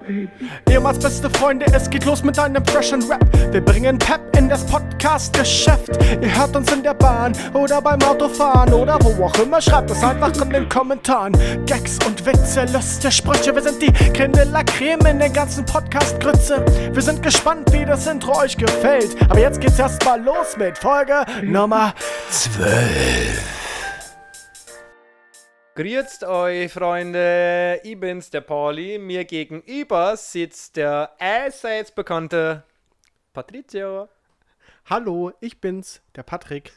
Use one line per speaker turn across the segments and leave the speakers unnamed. Baby.
Ehemals beste Freunde, es geht los mit einem freshen Rap. Wir bringen Pep in das Podcast-Geschäft. Ihr hört uns in der Bahn oder beim Autofahren oder wo auch immer. Schreibt es einfach in den Kommentaren. Gags und Witze, lustige Sprüche. Wir sind die Creme de la Creme in der ganzen Podcast-Grütze. Wir sind gespannt, wie das Intro euch gefällt. Aber jetzt geht's erstmal los mit Folge Nummer 12.
Grüßt euch, Freunde. Ich bin's, der Pauli. Mir gegenüber sitzt der allseits bekannte Patricio.
Hallo, ich bin's, der Patrick.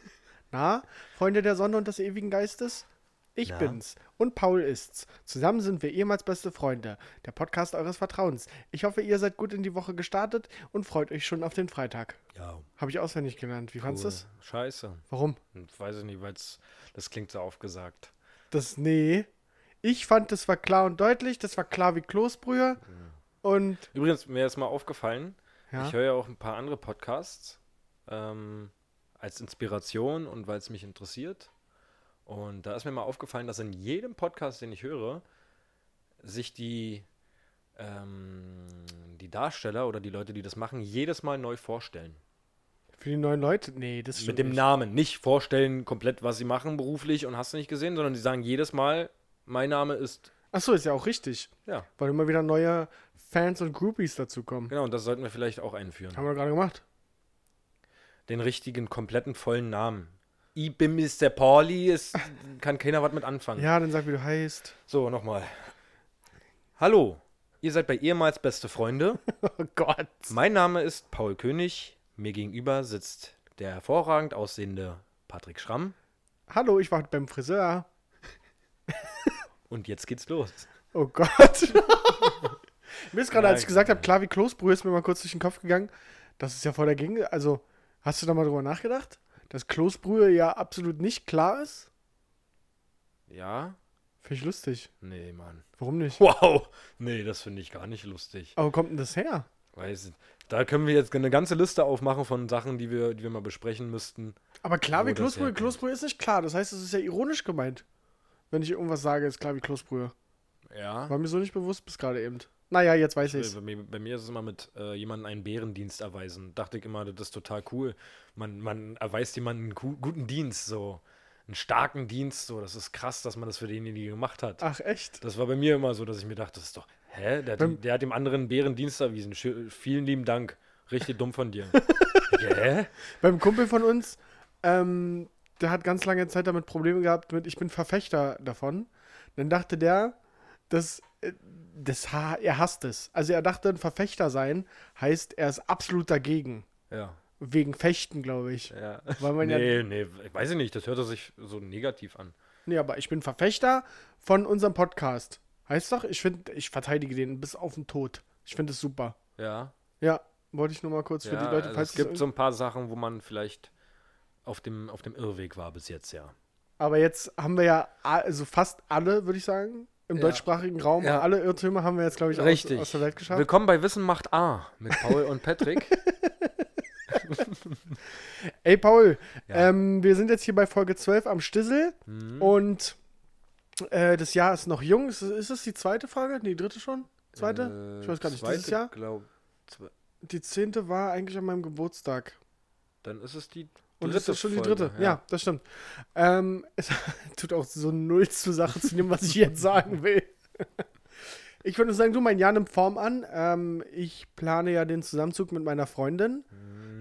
Na, Freunde der Sonne und des ewigen Geistes? Ich
Na?
bin's und Paul ist's. Zusammen sind wir ehemals beste Freunde, der Podcast eures Vertrauens. Ich hoffe, ihr seid gut in die Woche gestartet und freut euch schon auf den Freitag.
Ja,
Habe ich auswendig gelernt. Wie fandst du es?
Scheiße.
Warum?
Ich weiß ich nicht, weil's das klingt so aufgesagt.
Das nee. Ich fand, das war klar und deutlich. Das war klar wie Kloßbrühe. Und
Übrigens, mir ist mal aufgefallen,
Ja?
ich höre ja auch ein paar andere Podcasts ähm, als Inspiration und weil es mich interessiert. Und da ist mir mal aufgefallen, dass in jedem Podcast, den ich höre, sich die, ähm, die Darsteller oder die Leute, die das machen, jedes Mal neu vorstellen.
für die neuen Leute, nee, das stimmt
Mit dem
nicht.
Namen. Nicht vorstellen komplett, was sie machen beruflich und hast du nicht gesehen, sondern sie sagen jedes Mal, mein Name ist.
Ach so, ist ja auch richtig,
Ja,
weil immer wieder neue Fans und Groupies dazukommen.
genau, und das sollten wir vielleicht auch einführen.
Haben wir gerade gemacht.
den richtigen, kompletten, vollen Namen. Ibim ist der Pauli, ist, kann keiner was mit anfangen.
Ja, dann sag, wie du heißt.
So, nochmal. Hallo, ihr seid bei ehemals beste Freunde.
Oh Gott.
mein Name ist Paul König. Mir gegenüber sitzt der hervorragend aussehende Patrick Schramm.
Hallo, ich war beim Friseur.
Und jetzt geht's los.
Oh Gott. mir ist gerade, als
Nein.
ich gesagt habe, klar wie Kloßbrühe, ist mir mal kurz durch den Kopf gegangen. Das ist ja voll dagegen. Also, hast du da mal drüber nachgedacht? Dass Kloßbrühe ja absolut nicht klar ist?
Ja?
Finde ich lustig.
Nee, Mann.
Warum nicht?
Wow. Nee, das finde ich gar nicht lustig.
Aber wo kommt denn das her?
Weiß, nicht. da können wir jetzt eine ganze Liste aufmachen von Sachen, die wir, die wir mal besprechen müssten.
Aber klar wie
Wo das
Kloßbrühe,
herkommt.
Kloßbrühe ist nicht klar. Das heißt, es ist ja ironisch gemeint. Wenn ich irgendwas sage, ist klar wie Kloßbrühe.
Ja.
War mir so nicht bewusst bis gerade eben. Naja, jetzt weiß ich's.
Bei mir, bei mir ist es immer mit äh, jemandem einen Bärendienst erweisen. Dachte ich immer, das ist total cool. Man, man erweist jemandem einen gu guten Dienst, so einen starken Dienst, so. Das ist krass, dass man das für denjenigen gemacht hat.
Ach, echt?
Das war bei mir immer so, dass ich mir dachte, das ist doch, hä? Der, hat
Beim-
dem- der hat dem anderen einen Bärendienst erwiesen. Schö vielen lieben Dank. Richtig dumm von dir. Ich, hä?
Beim Kumpel von uns, ähm, der hat ganz lange Zeit damit Probleme gehabt mit, ich bin Verfechter davon. Dann dachte der, dass äh, das, ha- er hasst es. Also er dachte, ein Verfechter sein heißt, er ist absolut dagegen.
Ja,
Wegen Fechten, glaube ich.
ja.
Weil man ja-
nee, nee, ich weiß ich nicht. Das hört sich so negativ an.
Nee, aber ich bin Verfechter von unserem Podcast. Heißt doch, ich finde, ich verteidige den bis auf den Tod. Ich finde es super.
Ja.
Ja, wollte ich nur mal kurz für
ja
die Leute,
also
falls
es
es
gibt
irgend-
so ein paar Sachen, wo man vielleicht auf dem, auf dem Irrweg war bis jetzt, ja.
Aber jetzt haben wir ja a- also fast alle, würde ich sagen, im
Ja.
deutschsprachigen Raum,
Ja.
alle Irrtümer haben wir jetzt, glaube ich, aus,
Richtig.
aus der Welt geschafft.
Willkommen bei Wissen macht A mit Paul und Patrick.
Ey, Paul,
Ja. Mhm.
ähm, wir sind jetzt hier bei Folge 12 am Stissel und äh, das Jahr ist noch jung. Ist, ist es die zweite Folge? Nee, dritte schon? Zweite?
Äh,
ich weiß gar nicht, dieses Jahr?
Glaub,
Die zehnte war eigentlich an meinem Geburtstag.
dann ist es die dritte.
Und das ist schon die
Folge,
dritte. Ja, das stimmt. Ähm, es tut auch so null zur Sache zu dem, was ich jetzt sagen will. Ich würde sagen, du, mein Jahr nimmt Form an. Ähm, ich plane ja den Zusammenzug mit meiner Freundin.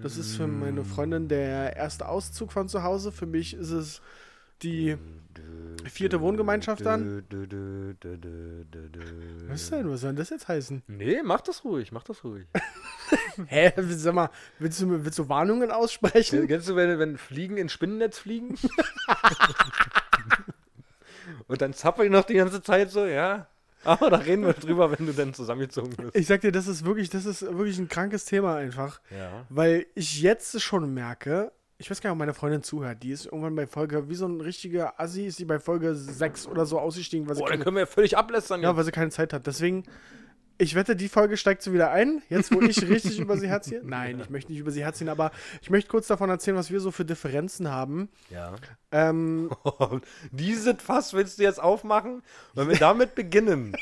Das ist für meine Freundin der erste Auszug von zu Hause. Für mich ist es die vierte Wohngemeinschaft dann. Was denn? Was soll denn das jetzt heißen?
Nee, mach das ruhig, mach das ruhig.
Hä? Sag mal, willst du, willst du Warnungen aussprechen?
Kennst du, wenn, wenn Fliegen in Spinnennetz fliegen? und dann zappeln noch die ganze Zeit so, ja. Aber da reden wir drüber, wenn du dann zusammengezogen bist.
Ich sag dir, das ist wirklich, das ist wirklich ein krankes Thema einfach.
Ja.
Weil ich jetzt schon merke, ich weiß gar nicht, ob meine Freundin zuhört, die ist irgendwann bei Folge, wie so ein richtiger Assi, ist sie bei Folge 6 oder so ausgestiegen, weil sie,
Boah, dann
keine,
können wir ja völlig ablästern.
ja, weil sie keine Zeit hat. Deswegen, ich wette, die Folge steigt sie wieder ein, jetzt wo ich richtig über sie herziehen. Nein, ich möchte nicht über sie herziehen, aber ich möchte kurz davon erzählen, was wir so für Differenzen haben.
ja.
Ähm,
Dieses Fass willst du jetzt aufmachen? Wenn wir damit beginnen,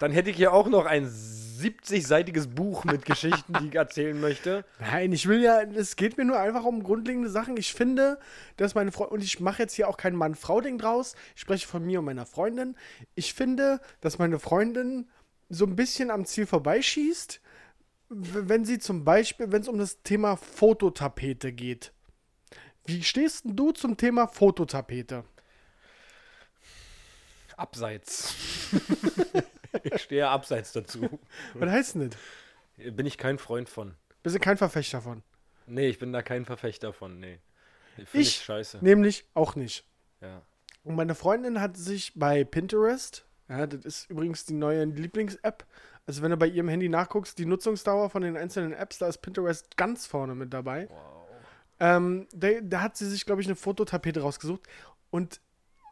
dann hätte ich hier auch noch ein 70-seitiges Buch mit Geschichten, die ich erzählen möchte.
Nein, ich will ja, es geht mir nur einfach um grundlegende Sachen. Ich finde, dass meine Freundin, und ich mache jetzt hier auch kein Mann-Frau-Ding draus, ich spreche von mir und meiner Freundin. Ich finde, dass meine Freundin so ein bisschen am Ziel vorbeischießt, w- wenn sie zum Beispiel, wenn es um das Thema Fototapete geht. Wie stehst denn du zum Thema Fototapete?
Abseits. ich stehe abseits dazu.
Was heißt denn das?
Bin ich kein Freund von.
Bist du kein Verfechter von?
Nee, ich bin da kein Verfechter von. Nee. Finde ich,
Ich
scheiße.
nämlich auch nicht.
Ja.
Und meine Freundin hat sich bei Pinterest, ja, das ist übrigens die neue Lieblings-App. Also wenn du bei ihrem Handy nachguckst, die Nutzungsdauer von den einzelnen Apps, da ist Pinterest ganz vorne mit dabei. Ähm, da, da hat sie sich, glaube ich, eine Fototapete rausgesucht. Und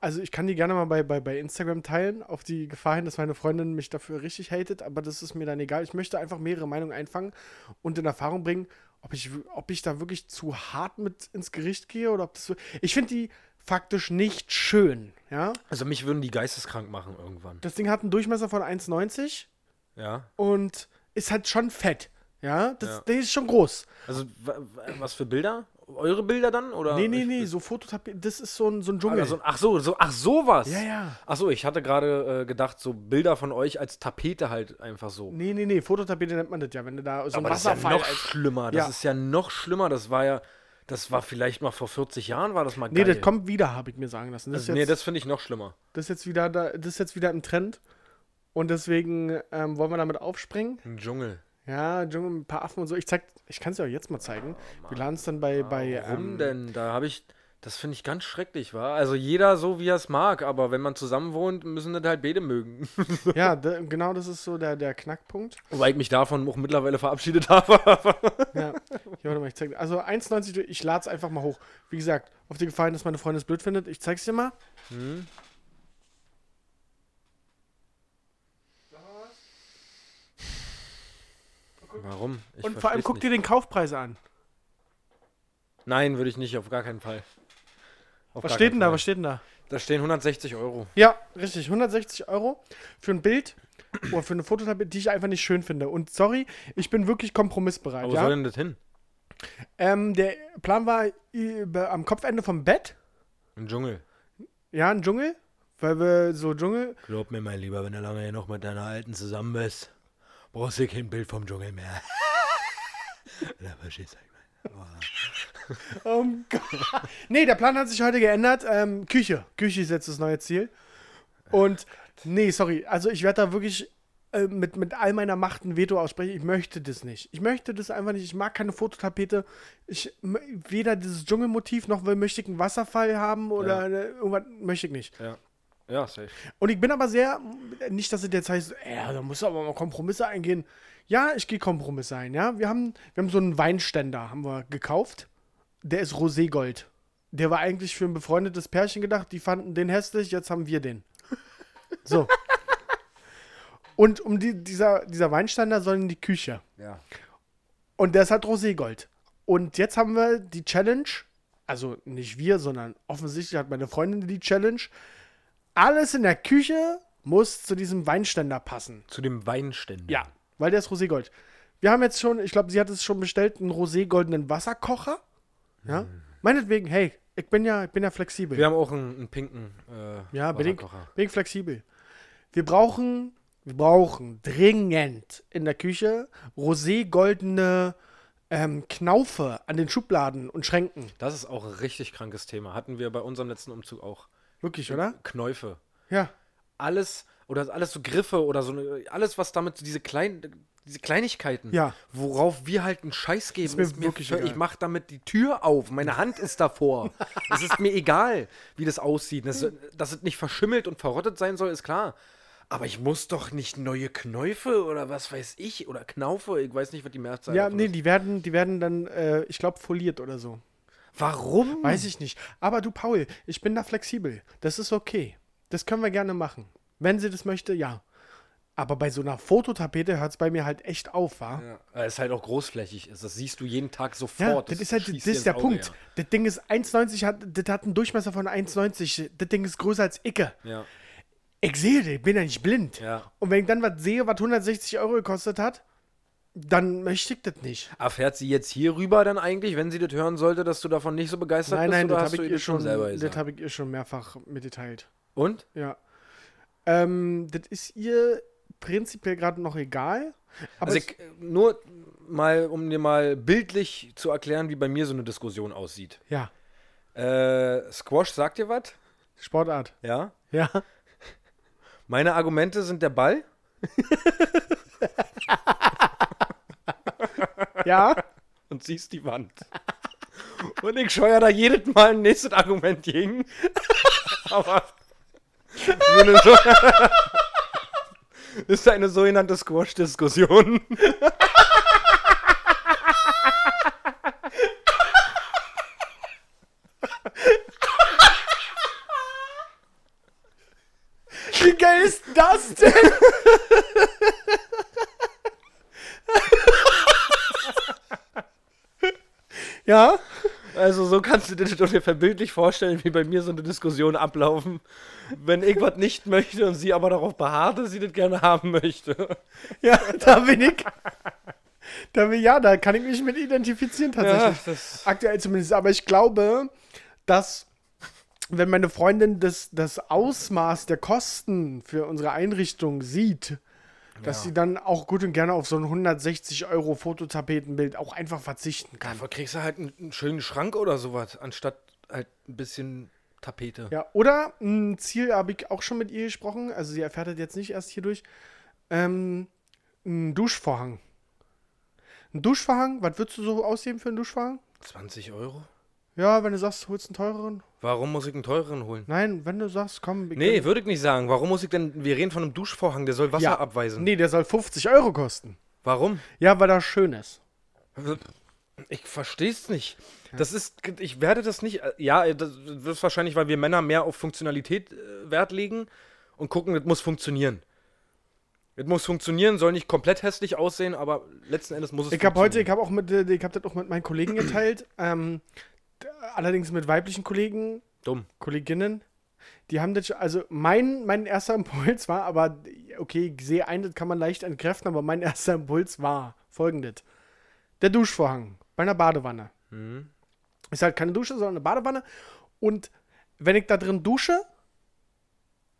also ich kann die gerne mal bei, bei, bei Instagram teilen, auf die Gefahr hin, dass meine Freundin mich dafür richtig hatet, aber das ist mir dann egal. Ich möchte einfach mehrere Meinungen einfangen und in Erfahrung bringen, ob ich, w- ob ich da wirklich zu hart mit ins Gericht gehe oder ob das so. Ich finde die faktisch nicht schön, ja.
Also mich würden die geisteskrank machen irgendwann.
Das Ding hat einen Durchmesser von 1,90
Ja.
und ist halt schon fett, ja. Das,
Ja.
Der ist schon groß.
Also wa- wa- was für Bilder? Eure Bilder dann? Oder
Nee, nee,
Ich- Also
nee, so Fototapete, das ist so ein, so ein Dschungel.
Oder so, ach so, so, ach sowas.
Ja, ja.
Ach so, ich hatte gerade äh, gedacht, so Bilder von euch als Tapete halt einfach so.
Nee, nee, nee, Fototapete nennt man das ja, wenn du da so ein
Aber das ist ja
Wasserfall.
noch schlimmer. Das
Ja.
ist ja noch schlimmer. Das war ja, das war vielleicht mal vor 40 Jahren, war das mal
nee,
geil.
das kommt wieder, habe ich mir sagen lassen. Das ist,
Also,
jetzt,
nee,
das,
das finde ich noch schlimmer.
ist jetzt wieder da, das ist jetzt wieder im Trend. Und deswegen ähm, wollen wir damit aufspringen.
Ein Dschungel.
Ja, Dschungel mit ein paar Affen und so. Ich zeig, ich kann es ja auch jetzt mal zeigen. wir laden es dann bei, bei
Warum
ähm,
denn? Da habe ich, das finde ich ganz schrecklich, war. Also jeder so, wie er es mag, aber wenn man zusammen wohnt, müssen das halt beide mögen.
Ja, da, genau das ist so der, der Knackpunkt.
Wobei ich mich davon auch mittlerweile verabschiedet habe.
Ja. Hier, warte mal, ich zeig, also 1,90, durch- ich lade es einfach mal hoch. Wie gesagt, auf die Gefahr, hin, dass meine Freundin es blöd findet. Ich zeig's dir mal.
Warum? Ich
Und vor allem
versteh's
guck
nicht.
dir den Kaufpreis an.
Nein, würde ich nicht, auf gar keinen Fall. Auf
Was
gar
steht
keinen
denn da?
Fall.
Was steht denn da?
Da stehen 160 Euro.
Ja, richtig. 160 Euro für ein Bild oder für eine Fototapete, die ich einfach nicht schön finde. Und sorry, ich bin wirklich kompromissbereit.
Aber wo soll
Ja?
denn das hin?
Ähm, der Plan war äh, be- am Kopfende vom Bett.
Ein Dschungel.
Ja, ein Dschungel. Weil wir so Dschungel.
Glaub mir, mein Lieber, wenn du lange noch mit deiner Alten zusammen bist, brauchst du kein Bild vom Dschungel mehr. da verstehst
Oh Gott. nee, der Plan hat sich heute geändert. Ähm, Küche. Küche ist jetzt das neue Ziel. Und nee, sorry. Also ich werde da wirklich äh, mit, mit all meiner Macht ein Veto aussprechen. Ich möchte das nicht. Ich möchte das einfach nicht. Ich mag keine Fototapete. Ich m- weder dieses Dschungelmotiv noch will, möchte ich einen Wasserfall haben oder äh, irgendwas möchte ich nicht.
Ja. Ja, safe.
Und ich bin aber sehr, nicht, dass es jetzt heißt, äh, da musst du aber mal Kompromisse eingehen. Ja, ich gehe Kompromisse ein, ja. Wir haben, wir haben so einen Weinständer, haben wir gekauft. Der ist Roségold. Der war eigentlich für ein befreundetes Pärchen gedacht, die fanden den hässlich, jetzt haben wir den. So. Und um die, dieser, dieser Weinständer soll in die Küche.
Ja.
Und der ist halt Roségold. Und jetzt haben wir die Challenge, also nicht wir, sondern offensichtlich hat meine Freundin die Challenge. Alles in der Küche muss zu diesem Weinständer passen.
Zu dem Weinständer.
Ja, weil der ist Roségold. Wir haben jetzt schon, ich glaube, sie hat es schon bestellt, einen roségoldenen Wasserkocher. Ja. Meinetwegen, hey, ich bin ja, ich bin ja flexibel.
Wir haben auch einen, einen pinken äh,
Ja, bin ich,
Wasserkocher.
bin ich flexibel. Wir brauchen, wir brauchen dringend in der Küche roségoldene ähm, Knaufe an den Schubladen und Schränken.
Das ist auch ein richtig krankes Thema. Hatten wir bei unserem letzten Umzug auch.
Wirklich, oder?
Knäufe.
Ja.
Alles, oder alles so Griffe oder so, eine- alles, was damit, so diese kleinen, diese Kleinigkeiten,
Ja.
worauf wir halt einen Scheiß geben.
mir wirklich
völ-
egal.
Ich mache damit die Tür auf, meine Hand ist davor. es ist mir egal, wie das aussieht. Das, dass es nicht verschimmelt und verrottet sein soll, ist klar. Aber ich muss doch nicht neue Knäufe oder was weiß ich oder Knaufe, ich weiß nicht, was die Mehrzahl
Ja,
davon
nee,
ist.
die werden, die werden dann, äh, ich glaube, foliert oder so.
Warum?
Weiß ich nicht. Aber du, Paul, ich bin da flexibel. Das ist okay. Das können wir gerne machen. Wenn sie das möchte, ja. Aber bei so einer Fototapete hört es bei mir halt echt auf, wa?
Ja. Weil es halt auch großflächig ist. Das siehst du jeden Tag sofort.
Ja, das, ist halt
schießt
das
dir
ist
ins
der
Auge,
Punkt.
ja.
Das Ding ist 1,90, hat, das hat einen Durchmesser von 1,90. Das Ding ist größer als Icke.
Ja.
ich sehe den, bin ja nicht blind.
Ja.
Und wenn ich dann was sehe, was 160 Euro gekostet hat, dann möchte ich das nicht.
Aber Ah, fährt sie jetzt hier rüber dann eigentlich, wenn sie das hören sollte, dass du davon nicht so begeistert
Nein,
bist?
nein,
oder
das
hast
habe ich
du
ihr
das schon
schon,
selber
das
gesagt?
habe ich ihr schon mehrfach mitgeteilt.
Und?
Ja. Ähm, das ist ihr prinzipiell gerade noch egal. Aber
also
es-
ich, nur mal, um dir mal bildlich zu erklären, wie bei mir so eine Diskussion aussieht.
ja,
Äh, Squash sagt dir was?
Sportart.
Ja.
Ja.
Meine Argumente sind der Ball.
Ja.
und siehst die Wand. Und ich scheuer da jedes Mal ein nächstes Argument gegen. Aber so eine so Das ist eine sogenannte Squash-Diskussion.
Wie geil ist das denn? ja.
Also so kannst du dir das ungefähr bildlich vorstellen, wie bei mir so eine Diskussion ablaufen. Wenn ich was nicht möchte und sie aber darauf beharrt, dass sie das gerne haben möchte.
Ja, da bin ich. Da bin, ja, da kann ich mich mit identifizieren tatsächlich.
das
Aktuell zumindest. Aber ich glaube, dass, wenn meine Freundin das, das Ausmaß der Kosten für unsere Einrichtung sieht, dass sie dann auch gut und gerne auf so ein 160 Euro Fototapetenbild auch einfach verzichten kann.
Dafür kriegst du halt einen, einen schönen Schrank oder sowas, anstatt halt ein bisschen Tapete.
Ja, oder ein Ziel habe ich auch schon mit ihr gesprochen, also sie erfährt das jetzt nicht erst hierdurch. Ähm, ein Duschvorhang. Ein Duschvorhang, was würdest du so ausgeben für einen Duschvorhang?
20 Euro?
Ja, wenn du sagst, holst einen teureren.
Warum muss ich einen teureren holen?
Nein, wenn du sagst, komm, wir
Nee, würde ich nicht sagen. Warum muss ich denn. Wir reden von einem Duschvorhang, der soll Wasser
ja,
abweisen.
Nee, der soll 50 Euro kosten.
Warum?
Ja, weil das schön ist.
Ich versteh's nicht. Das ist. Ich werde das nicht. äh, Ja, das ist wahrscheinlich, weil wir Männer mehr auf Funktionalität äh, Wert legen und gucken, das muss funktionieren. Das muss funktionieren, soll nicht komplett hässlich aussehen, aber letzten Endes muss es
Ich habe heute,
funktionieren.
ich habe auch mit, äh, ich habe das auch mit meinen Kollegen geteilt, ähm, d- allerdings mit weiblichen Kollegen,
Dumm.
Kolleginnen, die haben das, schon- also mein, mein erster Impuls war, aber okay, ich sehe ein, das kann man leicht entkräften, aber mein erster Impuls war folgendes. Der Duschvorhang bei einer Badewanne.
Mhm.
Ist halt keine Dusche, sondern eine Badewanne. Und wenn ich da drin dusche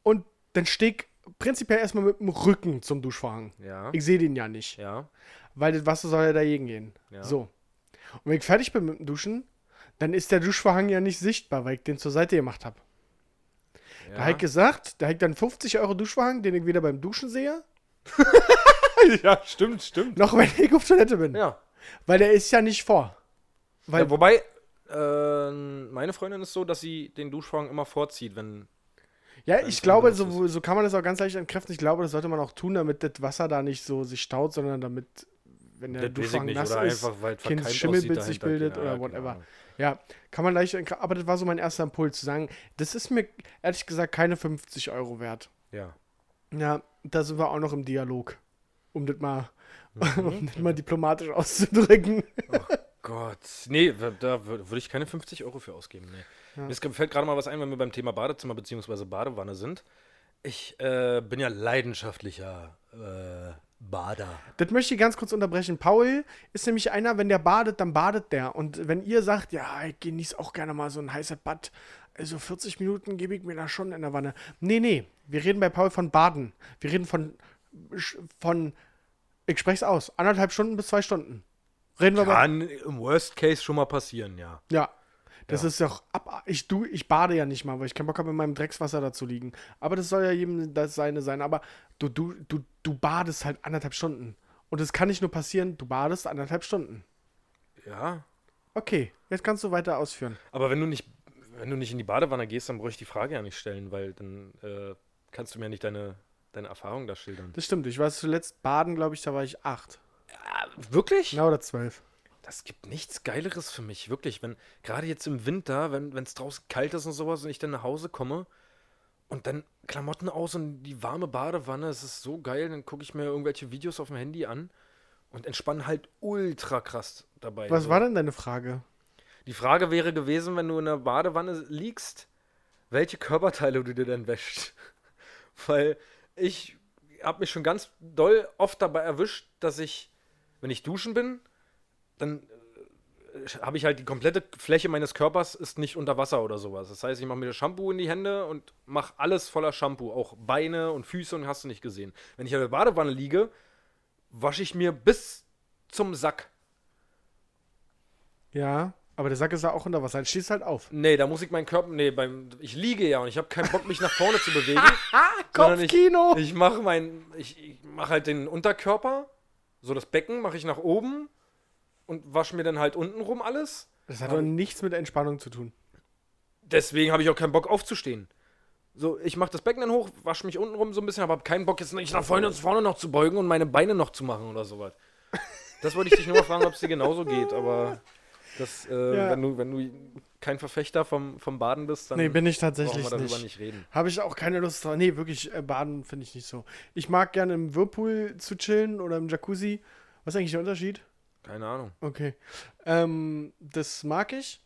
und dann stehe ich prinzipiell erstmal mit dem Rücken zum Duschvorhang.
Ja.
Ich sehe den ja nicht
Ja.
weil das Wasser soll ja dagegen gehen.
Ja.
So. Und wenn ich fertig bin mit dem Duschen, dann ist der Duschvorhang ja nicht sichtbar, weil ich den zur Seite gemacht habe. Da
ja.
habe ich gesagt, da habe ich dann 50 Euro Duschvorhang, den ich weder beim Duschen sehe,
ja, stimmt, stimmt.
noch wenn ich auf Toilette bin.
Ja.
Weil der ist ja nicht vor. Weil,
ja wobei. ähm, meine Freundin ist so, dass sie den Duschvorhang immer vorzieht, wenn.
ja, ich glaube,
das ist-
so, so kann man das auch ganz leicht entkräften. Ich glaube, das sollte man auch tun, damit das Wasser da nicht so sich staut, sondern damit, wenn der
Das weiß ich
Duschvorhang
nicht,
nass
oder
ist,
einfach, weil es
kein
verkeimt
Schimmelbild
aussieht
sich
dahinter,
bildet
genau. keine
oder
Ahnung, keine
whatever.
Ahnung.
Ja, kann man leicht, entkra- aber das war so mein erster Impuls, zu sagen, das ist mir ehrlich gesagt keine 50 Euro wert.
Ja.
Ja, da sind wir auch noch im Dialog, um das mal,
Mhm.
um das mal diplomatisch auszudrücken.
Gott. Nee, w- da wür- würde ich keine 50 Euro für ausgeben. Nee. Mir ist ge- fällt gerade mal was ein, wenn wir beim Thema Badezimmer bzw. Badewanne sind. Ich äh, bin ja leidenschaftlicher äh, Bader.
Das möchte ich ganz kurz unterbrechen. Paul ist nämlich einer, wenn der badet, dann badet der. Und wenn ihr sagt, ja, ich genieße auch gerne mal so ein heißes Bad, also 40 Minuten gebe ich mir da schon in der Wanne. Nee, nee, wir reden bei Paul von Baden. Wir reden von, von ich spreche es aus, anderthalb Stunden bis zwei Stunden. Reden wir mal.
Kann im Worst Case schon mal passieren, ja.
Ja. Das ist doch ab. Ich, du, ich bade ja nicht mal, weil ich keinen Bock habe, in meinem Dreckswasser da zu liegen. Aber das soll ja jedem das seine sein. Aber du, du, du, du badest halt anderthalb Stunden. Und es kann nicht nur passieren, du badest anderthalb Stunden.
Ja.
Okay, jetzt kannst du weiter ausführen.
Aber wenn du nicht, wenn du nicht in die Badewanne gehst, dann bräuchte ich die Frage ja nicht stellen, weil dann äh, kannst du mir nicht deine, deine Erfahrung da schildern.
Das stimmt. Ich war zuletzt baden, glaube ich, da war ich acht.
Wirklich?
Na, oder zwölf.
Das gibt nichts Geileres für mich, wirklich. Wenn, gerade jetzt im Winter, wenn es draußen kalt ist und sowas und ich dann nach Hause komme und dann Klamotten aus und die warme Badewanne, es ist so geil, dann gucke ich mir irgendwelche Videos auf dem Handy an und entspanne halt ultra krass dabei.
Was
so.
war denn deine Frage?
Die Frage wäre gewesen, wenn du in der Badewanne liegst, welche Körperteile du dir dann wäschst. weil ich habe mich schon ganz doll oft dabei erwischt, dass ich, wenn ich duschen bin, dann habe ich halt die komplette Fläche meines Körpers ist nicht unter Wasser oder sowas. Das heißt, ich mache mir das Shampoo in die Hände und mache alles voller Shampoo, auch Beine und Füße und hast du nicht gesehen. Wenn ich in der Badewanne liege, wasche ich mir bis zum Sack.
Ja, aber der Sack ist ja auch unter Wasser. Dann stehst du halt auf.
Nee, da muss ich meinen Körper, nee, beim, ich liege ja und ich habe keinen Bock, mich nach vorne zu bewegen.
Ah,
sondern ich,
Kopfkino!
ich mache mein, ich, ich mache halt den Unterkörper, so das Becken mache ich nach oben und wasche mir dann halt unten rum alles.
Das hat doch nichts mit Entspannung zu tun.
deswegen habe ich auch keinen Bock aufzustehen. So, ich mache das Becken dann hoch, wasche mich unten rum so ein bisschen, aber habe keinen Bock jetzt nicht nach vorne und vorne noch zu beugen und meine Beine noch zu machen oder sowas. Das wollte ich dich nur mal fragen, ob es dir genauso geht, aber das, äh,
Ja.
wenn, du, wenn du kein Verfechter vom, vom Baden bist, dann
Nee, bin ich
brauchen
tatsächlich
wir darüber
nicht.
nicht reden.
Habe ich auch keine Lust drauf. Nee, wirklich, äh, baden finde ich nicht so. Ich mag gerne im Whirlpool zu chillen oder im Jacuzzi. Was ist eigentlich der Unterschied?
Keine Ahnung.
Okay. Ähm, das mag ich,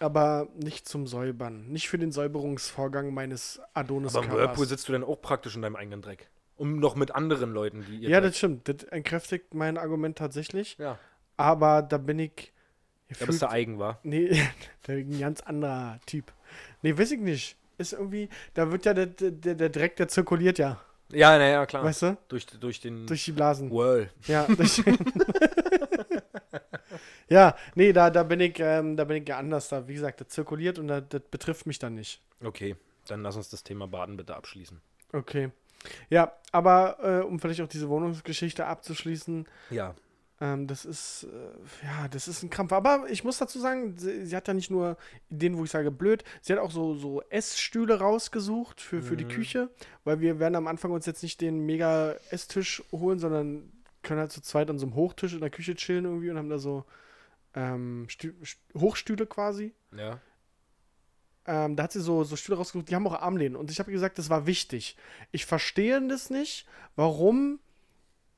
aber nicht zum Säubern. Nicht für den Säuberungsvorgang meines adonis
Aber im Whirlpool sitzt du dann auch praktisch in deinem eigenen Dreck. Um noch mit anderen Leuten, die halt. ihr.
Ja, das stimmt. Das entkräftigt mein Argument tatsächlich.
ja.
Aber da bin ich.
Da bist du eigen, war.
Nee, der ein ganz anderer Typ. Nee, weiß ich nicht. Ist irgendwie, da wird ja der, der, der Dreck, der zirkuliert ja,
Ja, naja, klar.
weißt du?
durch, durch den
Durch die Blasen.
Whirl.
Ja, durch Ja, nee, da, da bin ich, ähm, da bin ich ja anders. Da, wie gesagt, das zirkuliert und da, das betrifft mich dann nicht.
Okay, dann lass uns das Thema Baden bitte abschließen.
Okay. Ja, aber äh, um vielleicht auch diese Wohnungsgeschichte abzuschließen,
Ja,
ähm, das ist, äh, ja, das ist ein Krampf. Aber ich muss dazu sagen, sie, sie hat ja nicht nur den, wo ich sage, blöd, sie hat auch so, so Essstühle rausgesucht für, für die Küche, weil wir werden am Anfang uns jetzt nicht den mega Esstisch holen, sondern können halt zu zweit an so einem Hochtisch in der Küche chillen irgendwie und haben da so ähm, Stü St- Hochstühle quasi.
ja.
Ähm, da hat sie so, so Stühle rausgesucht, die haben auch Armlehnen. Und ich habe gesagt, das war wichtig. Ich verstehe das nicht, warum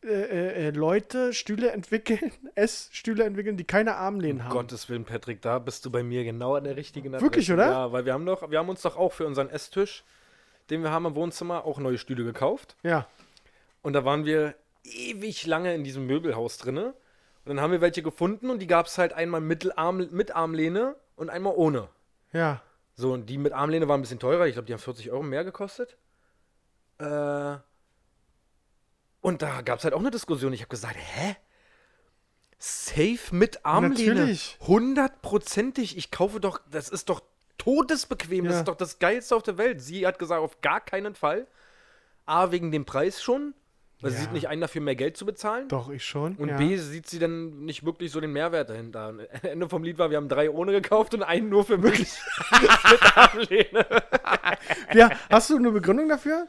äh, äh, äh, Leute Stühle entwickeln, Essstühle entwickeln, die keine
Oh
Armlehnen haben.
Gottes Willen, Patrick, da bist du bei mir genau an der richtigen Adresse.
Wirklich, oder?
Ja, weil wir haben doch, wir haben uns doch auch für unseren Esstisch, den wir haben im Wohnzimmer, auch neue Stühle gekauft.
Ja.
Und da waren wir ewig lange in diesem Möbelhaus drinne. Und dann haben wir welche gefunden und die gab es halt einmal Mittelarm, mit Armlehne und einmal ohne.
Ja.
So, und die mit Armlehne waren ein bisschen teurer. Ich glaube, die haben 40 Euro mehr gekostet. Äh, und da gab es halt auch eine Diskussion. Ich habe gesagt, hä? Safe mit Armlehne?
Natürlich.
Hundertprozentig. Ich kaufe doch, das ist doch todesbequem. Das
Ja.
ist doch das Geilste auf der Welt. Sie hat gesagt, auf gar keinen Fall. A, wegen dem Preis schon. Weil sie
Ja.
sieht nicht ein, dafür mehr Geld zu bezahlen.
Doch, ich schon.
Und
ja.
B, sieht sie dann nicht wirklich so den Mehrwert dahinter. Und Ende vom Lied war, wir haben drei ohne gekauft und einen nur für wirklich mit Armlehne.
Ja, hast du eine Begründung dafür?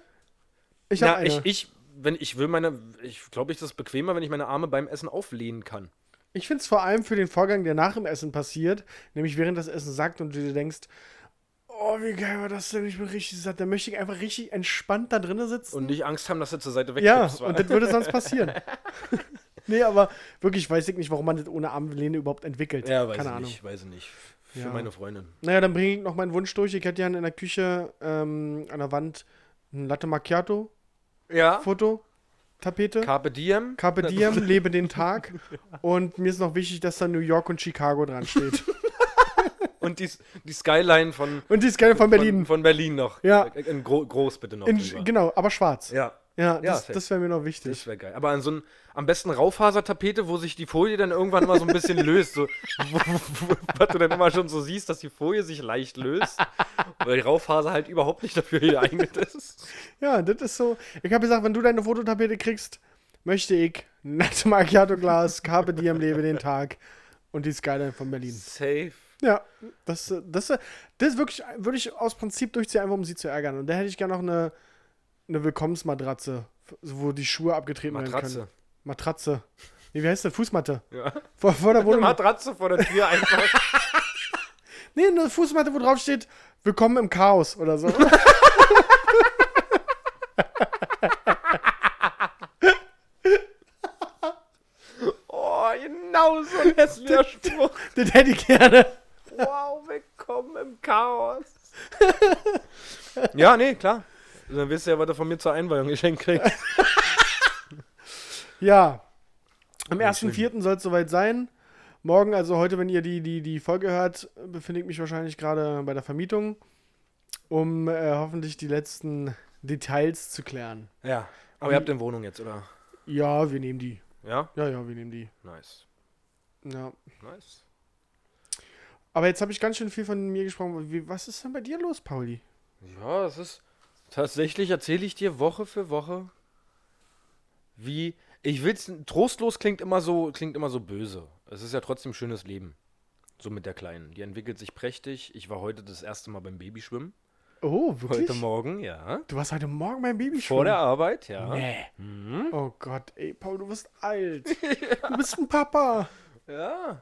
Ich habe
Ja,
eine.
ich, ich, wenn ich will meine, ich glaube, ich das ist bequemer, wenn ich meine Arme beim Essen auflehnen kann.
Ich finde es vor allem für den Vorgang, der nach dem Essen passiert, nämlich während das Essen sagt und du dir denkst, oh, wie geil war das denn? Ich bin richtig satt. Da möchte ich einfach richtig entspannt da drinnen sitzen.
Und nicht Angst haben, dass du zur Seite
Ja,
wegkippst.
und das würde sonst passieren. nee, aber wirklich weiß ich nicht, warum man das ohne Armlehne überhaupt entwickelt.
ja, weiß
Keine
ich
Ahnung.
nicht, weiß ich nicht. Für
Ja.
meine Freundin.
Naja, dann bringe ich noch meinen Wunsch durch. Ich hätte ja in der Küche ähm, an der Wand ein Latte Macchiato-Foto,
Ja.
Tapete.
Carpe diem.
Carpe diem, lebe den Tag. Und mir ist noch wichtig, dass da New York und Chicago dran steht.
Und die, die Skyline von
und die ist geil von Berlin.
Von, von Berlin noch.
Ja.
In gro groß bitte noch. drüber.
In, genau, aber schwarz. Ja,
ja.
das,
safe.
das wäre mir noch wichtig.
Das wäre geil. Aber an so ein, am besten Raufasertapete, wo sich die Folie dann irgendwann mal so ein bisschen löst. So, wo, wo, was du dann immer schon so siehst, dass die Folie sich leicht löst. Weil Raufaser halt überhaupt nicht dafür geeignet ist.
Ja, das ist so. Ich habe gesagt, wenn du deine Fototapete kriegst, möchte ich Latte Macchiato Glas, Carpe Diem, lebe den Tag und die Skyline von Berlin.
Safe.
Ja, das, äh, das, äh, das ist wirklich würde ich aus Prinzip durchziehen, einfach um sie zu ärgern. Und da hätte ich gerne noch eine, eine Willkommensmatratze, f- wo die Schuhe abgetreten werden können.
Matratze.
Matratze. Nee, wie heißt das? Fußmatte.
Ja.
Vor, vor der
Eine
Wohnung.
Matratze vor der Tür einfach.
Nee, eine Fußmatte, wo drauf steht, willkommen im Chaos oder so.
Oh, genau so ein hässlicher Spruch.
das hätte ich gerne.
Wow, willkommen im Chaos. Ja, nee, klar. Dann wisst ihr ja, was ihr von mir zur Einweihung geschenkt kriegt.
Ja. Am
Ja,
1.4. soll es soweit sein. Morgen, also heute, wenn ihr die, die, die Folge hört, befinde ich mich wahrscheinlich gerade bei der Vermietung, um äh, hoffentlich die letzten Details zu klären.
ja. Aber ihr habt eine Wohnung jetzt, oder?
Ja, wir nehmen die.
Ja?
Ja, ja, wir nehmen die.
Nice.
Ja.
Nice.
Aber jetzt habe ich ganz schön viel von mir gesprochen. Wie, was ist denn bei dir los, Pauli?
Ja, es ist. Tatsächlich erzähle ich dir Woche für Woche, wie. Ich will's. Trostlos klingt immer so, klingt immer so böse. Es ist ja trotzdem schönes Leben. So mit der Kleinen. Die entwickelt sich prächtig. Ich war heute das erste Mal beim Babyschwimmen.
Oh, wirklich?
Heute Morgen, ja.
du warst heute Morgen mein Baby
Vor der Arbeit, ja. Mhm.
Nee. Oh Gott, ey, Paul, du bist alt. Du bist ein Papa.
Ja.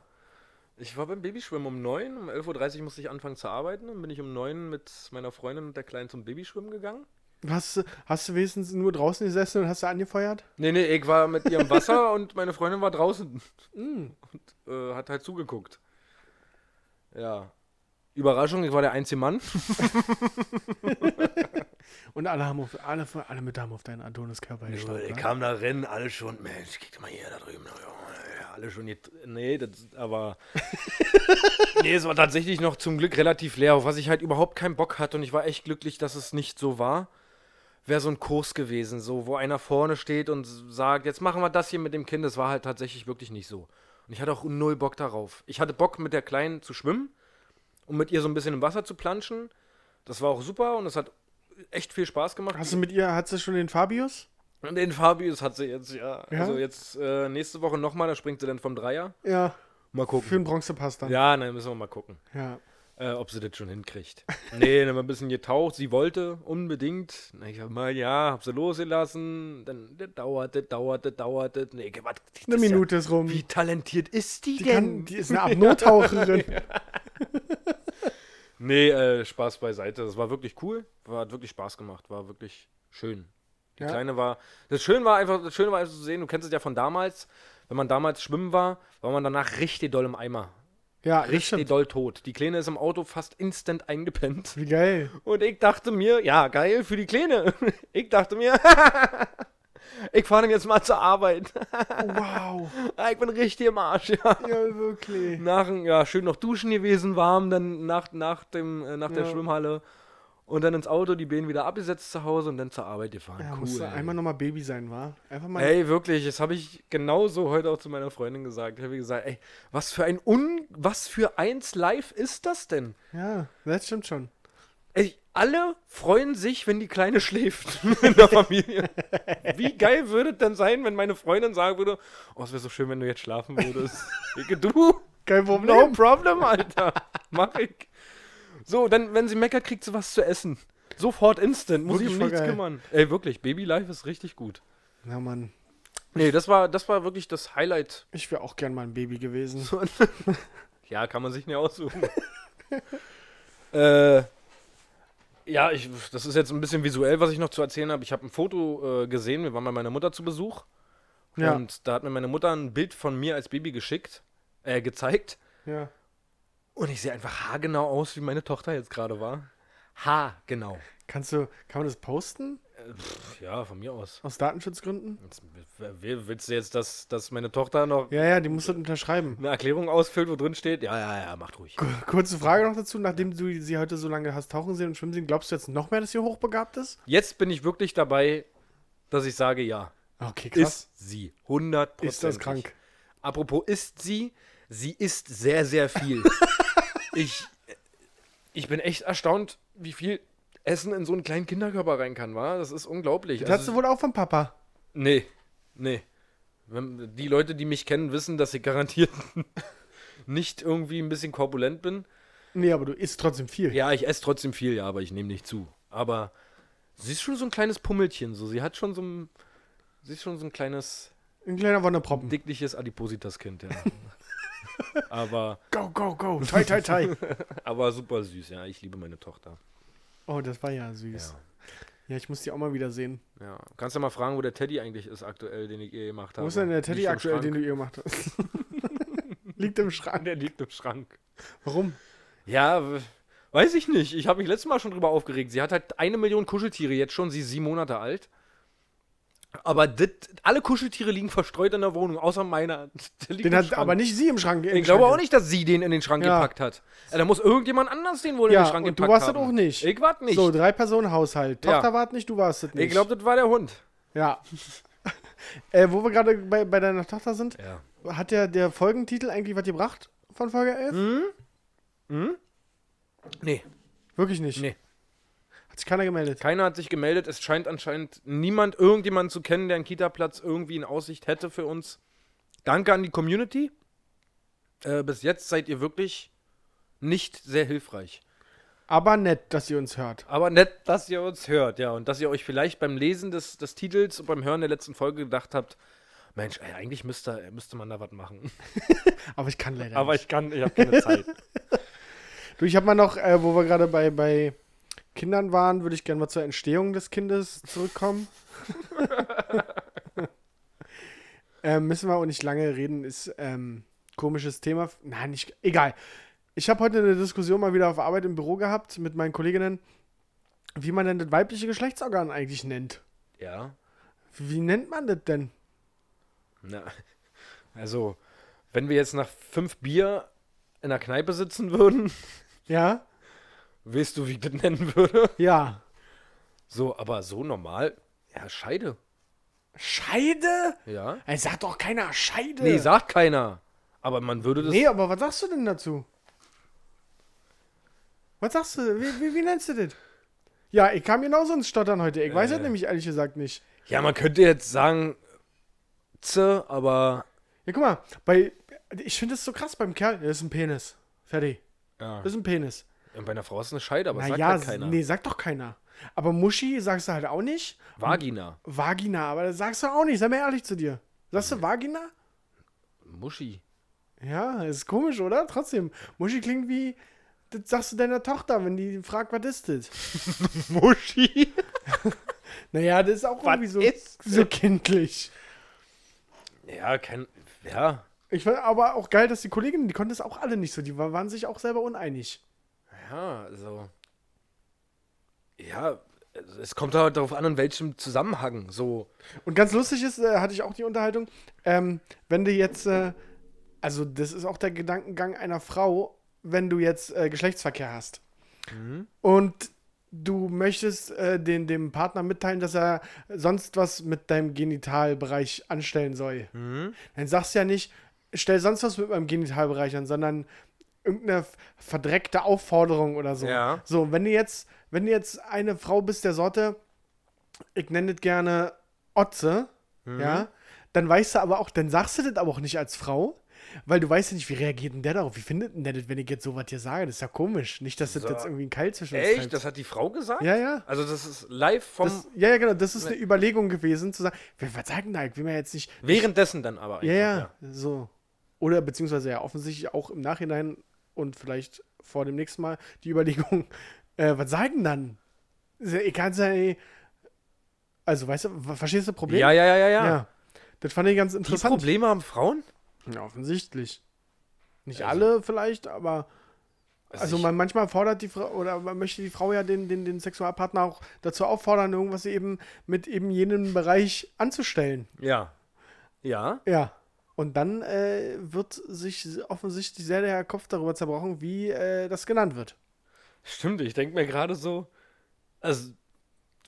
Ich war beim Babyschwimmen um 9. Um 11.30 Uhr musste ich anfangen zu arbeiten. Dann bin ich um 9 mit meiner Freundin und der Kleinen zum Babyschwimmen gegangen.
Hast, du- hast du wenigstens nur draußen gesessen und hast du angefeuert?
Nee, nee, ich war mit ihr im Wasser und meine Freundin war draußen. Und äh, hat halt zugeguckt. Ja. Überraschung, ich war der einzige Mann.
Und alle haben auf, alle, alle mit haben auf deinen Adoniskörper geschaut. ne?
kam da rennen, alle schon, Mensch, geht mal hier da drüben. Ja, Alle schon hier. dr- Nee, das, aber. nee, es war tatsächlich noch zum Glück relativ leer, auf was ich halt überhaupt keinen Bock hatte und ich war echt glücklich, dass es nicht so war. Wäre so ein Kurs gewesen, so, wo einer vorne steht und sagt, jetzt machen wir das hier mit dem Kind. Das war halt tatsächlich wirklich nicht so. Und ich hatte auch null Bock darauf. Ich hatte Bock, mit der Kleinen zu schwimmen und mit ihr so ein bisschen im Wasser zu planschen. Das war auch super und es hat echt viel Spaß gemacht.
Hast du mit ihr, hat sie schon den Fabius?
Und den Fabius hat sie jetzt, ja.
Ja?
Also jetzt äh, nächste Woche nochmal, da springt sie dann vom Dreier.
Ja.
Mal gucken.
Für den Bronzepass dann.
ja, dann müssen wir mal gucken,
ja.
äh, ob sie das schon hinkriegt. nee, dann haben wir ein bisschen getaucht. Sie wollte unbedingt. Na, ich hab mal, ja, hab sie losgelassen. Dann das dauerte, dauerte, dauerte. Nee, was, das
Eine
ist ja-
Minute ist rum.
Wie talentiert ist die,
Die,
denn?
kann, die ist eine Apnoe-Taucherin.
Nee, äh, Spaß beiseite. Das war wirklich cool. War, hat wirklich Spaß gemacht. War wirklich schön. Die
Ja.
Kleine war. Das Schöne war einfach, das Schöne war einfach zu sehen, du kennst es ja von damals, wenn man damals schwimmen war, war man danach richtig doll im Eimer.
Ja,
Richtig
richtig.
doll tot. Die Kleine ist im Auto fast instant eingepennt.
Wie geil.
Und ich dachte mir, ja, geil für die Kleine. Ich dachte mir, ich fahre jetzt mal zur Arbeit.
Oh, wow.
Ich bin richtig im Arsch, ja.
Ja, wirklich.
Nach, ja, schön noch duschen gewesen, warm, dann nach, nach, dem, äh, nach der
Ja.
Schwimmhalle. Und dann ins Auto, die Behen wieder abgesetzt zu Hause und dann zur Arbeit gefahren.
Ja,
cool.
musst du
ey.
einmal nochmal Baby sein, war? Einfach mal.
Ey, wirklich, das habe ich genauso heute auch zu meiner Freundin gesagt. Ich habe ihr gesagt, ey, was für ein Un, was für eins live ist das denn?
Ja, das stimmt schon.
Ey, alle freuen sich, wenn die Kleine schläft in der Familie. Wie geil würde es denn sein, wenn meine Freundin sagen würde, oh, es wäre so schön, wenn du jetzt schlafen würdest. Dicke, du,
Kein
no
Problem.
problem, Alter. Mach ich. So, dann, wenn sie meckert, kriegt sie was zu essen. Sofort instant, muss
Wirklich
ich um
voll
nichts
geil.
kümmern. Ey, wirklich, Babylife ist richtig gut.
Na, Mann.
Nee, das war, das war wirklich das Highlight.
Ich wäre auch gern mal ein Baby gewesen.
Ja, kann man sich nicht aussuchen. äh, ja, ich, das ist jetzt ein bisschen visuell, was ich noch zu erzählen habe. Ich habe ein Foto äh, gesehen, wir waren bei meiner Mutter zu Besuch.
Ja.
Und da hat mir meine Mutter ein Bild von mir als Baby geschickt, äh, gezeigt.
ja.
Und ich sehe einfach haargenau aus, wie meine Tochter jetzt gerade war. Haargenau.
Kannst du, kann man das posten?
Pff, Ja, von mir aus.
Aus Datenschutzgründen?
Jetzt, wer- wer- willst du jetzt, dass, dass meine Tochter noch
Ja, ja, die musst du unterschreiben.
eine Erklärung ausfüllt, wo drin steht? Ja, ja, ja, macht ruhig.
Kurze Frage noch dazu, nachdem du sie heute so lange hast tauchen sehen und schwimmen sehen, glaubst du jetzt noch mehr, dass sie hochbegabt ist?
Jetzt bin ich wirklich dabei, dass ich sage, ja.
Okay,
Ist sie. 100
Ist, das krank?
Apropos ist sie, sie ist sehr, sehr viel. ich, ich bin echt erstaunt, wie viel Essen in so einen kleinen Kinderkörper rein kann, war. Das ist unglaublich. Also
Das hast du wohl auch vom Papa.
nee, nee. Wenn- Die Leute, die mich kennen, wissen, dass ich garantiert nicht irgendwie ein bisschen korpulent bin.
Nee, aber du isst trotzdem viel.
Ja, ich esse trotzdem viel, ja, aber ich nehme nicht zu. Aber sie ist schon so ein kleines Pummelchen, so. Sie hat schon so ein, sie ist schon so ein kleines
Ein kleiner Wonneproppen.
dickliches Adipositas-Kind, ja. aber,
Go, go, go. Tai, tai, tai.
aber super süß, ja. Ich liebe meine Tochter.
oh, das war ja süß. Ja,
Ja.
ich muss die auch mal wieder sehen.
ja. Kannst ja mal fragen, wo der Teddy eigentlich ist aktuell, den ich ihr gemacht habe.
Wo ist denn der Teddy
Liegt im
aktuell, den
Schrank.
du ihr gemacht hast? Liegt im Schrank.
Der liegt im Schrank.
Warum?
Ja, w- Weiß ich nicht. Ich habe mich letztes Mal schon drüber aufgeregt. Sie hat halt eine Million Kuscheltiere, jetzt schon sie ist sieben Monate alt. Aber dit, alle Kuscheltiere liegen verstreut in der Wohnung, außer meiner. Der liegt
Den
im
hat
Schrank.
aber nicht sie im Schrank.
Ich glaube auch nicht, dass sie den in den Schrank
Ja.
gepackt hat. Ja, da muss irgendjemand anders den wohl in
Ja,
den Schrank
und du
gepackt
warst das
haben.
auch nicht.
Ich war nicht.
So, drei Personen Haushalt.
Ja.
Tochter wart nicht, du warst es nicht.
ich glaube, das war der Hund.
Ja. äh, wo wir gerade bei, bei deiner Tochter sind,
Ja.
hat der, der Folgentitel eigentlich was gebracht von Folge 11?
Hm? Nee,
Wirklich nicht.
Nee.
Hat sich keiner gemeldet.
keiner hat sich gemeldet. Es scheint anscheinend niemand irgendjemanden zu kennen, der einen Kita-Platz irgendwie in Aussicht hätte für uns. Danke an die Community. Äh, bis jetzt seid ihr wirklich nicht sehr hilfreich.
Aber nett, dass ihr uns hört.
Aber nett, dass ihr uns hört, ja. Und dass ihr euch vielleicht beim Lesen des, des Titels und beim Hören der letzten Folge gedacht habt, Mensch, ey, eigentlich müsste, müsste man da was machen.
Aber ich kann leider
Aber
nicht.
ich kann, ich habe keine Zeit.
Du, ich habe mal noch, äh, wo wir gerade bei, bei Kindern waren, würde ich gerne mal zur Entstehung des Kindes zurückkommen. äh, müssen wir auch nicht lange reden, ist ähm, komisches Thema. Nein, nicht, egal. Ich habe heute eine Diskussion mal wieder auf Arbeit im Büro gehabt mit meinen Kolleginnen, wie man denn das weibliche Geschlechtsorgan eigentlich nennt.
ja.
Wie nennt man das denn?
Na, also, wenn wir jetzt nach fünf Bier in der Kneipe sitzen würden,
Ja?
weißt du, wie ich das nennen würde?
Ja.
So, aber so normal, ja, Scheide.
Scheide?
Ja.
Ey, sagt doch keiner Scheide.
Nee, sagt keiner. Aber man würde das.
Nee, aber was sagst du denn dazu? Was sagst du? Wie, wie, wie nennst du das? Ja, ich kam genauso ins Stottern heute. Ich
Äh.
weiß es nämlich ehrlich gesagt nicht.
Ja, man könnte jetzt sagen, Ze, aber.
Ja, guck mal, bei. Ich finde das so krass beim Kerl. Das ist ein Penis. Fertig.
Ja.
Das ist ein Penis.
Und bei einer Frau ist eine Scheide, aber sagt
Naja,
halt keiner.
nee, sagt doch keiner. Aber Muschi sagst du halt auch nicht.
Vagina.
Vagina, aber das sagst du auch nicht. Sei mal ehrlich zu dir. Sagst du Vagina?
Muschi.
Ja, ist komisch, oder? Trotzdem. Muschi klingt wie. Das sagst du deiner Tochter, wenn die fragt, was ist das?
Muschi?
Naja, das ist auch irgendwie so,
ist-
so kindlich.
Ja, kein. Ja.
Ich fand aber auch geil, dass die Kolleginnen, die konnten es auch alle nicht so, die wa- waren sich auch selber uneinig.
Ja, also. Ja, also es kommt halt darauf an, in welchem Zusammenhang. So.
Und ganz lustig ist, äh, hatte ich auch die Unterhaltung, ähm, wenn du jetzt, äh, also das ist auch der Gedankengang einer Frau, wenn du jetzt äh, Geschlechtsverkehr hast. Und du möchtest äh, den, dem Partner mitteilen, dass er sonst was mit deinem Genitalbereich anstellen soll. Dann sagst du ja nicht, stell sonst was mit meinem Genitalbereich an, sondern irgendeine f- verdreckte Aufforderung oder so.
Ja.
So, wenn du jetzt, wenn du jetzt eine Frau bist der Sorte, ich nenne das gerne Otze, ja, dann weißt du aber auch, dann sagst du das aber auch nicht als Frau, weil du weißt ja nicht, wie reagiert denn der darauf, wie findet denn der das, wenn ich jetzt sowas hier sage, das ist ja komisch, nicht, dass das
So.
jetzt irgendwie ein Keil zwischen uns
Echt?
treibt.
Das hat die Frau gesagt?
Ja, ja.
Also, das ist live vom.
Das, ja, ja, genau, das ist eine Überlegung gewesen, zu sagen, wer- was sagt denn da, ich will mir jetzt nicht,
währenddessen dann aber.
ja,
einfach,
ja, so. Oder beziehungsweise ja, offensichtlich auch im Nachhinein und vielleicht vor dem nächsten Mal die Überlegung, äh, was sagen dann? Ist ja- Ich kann es ja, eh- also weißt du, ver- verstehst du das Problem?
Ja, ja, ja, ja, ja.
Ja. Das fand ich ganz
Die
interessant.
Probleme haben Frauen?
Ja, offensichtlich. Nicht
Also-
alle vielleicht, aber also
ich-
man manchmal fordert die Frau oder man möchte die Frau ja den, den, den Sexualpartner auch dazu auffordern, irgendwas eben mit eben jenem Bereich anzustellen.
Ja. Ja.
Ja. Und dann äh, wird sich offensichtlich sehr der Kopf darüber zerbrochen, wie äh, das genannt wird.
Stimmt, ich denke mir gerade so. Also,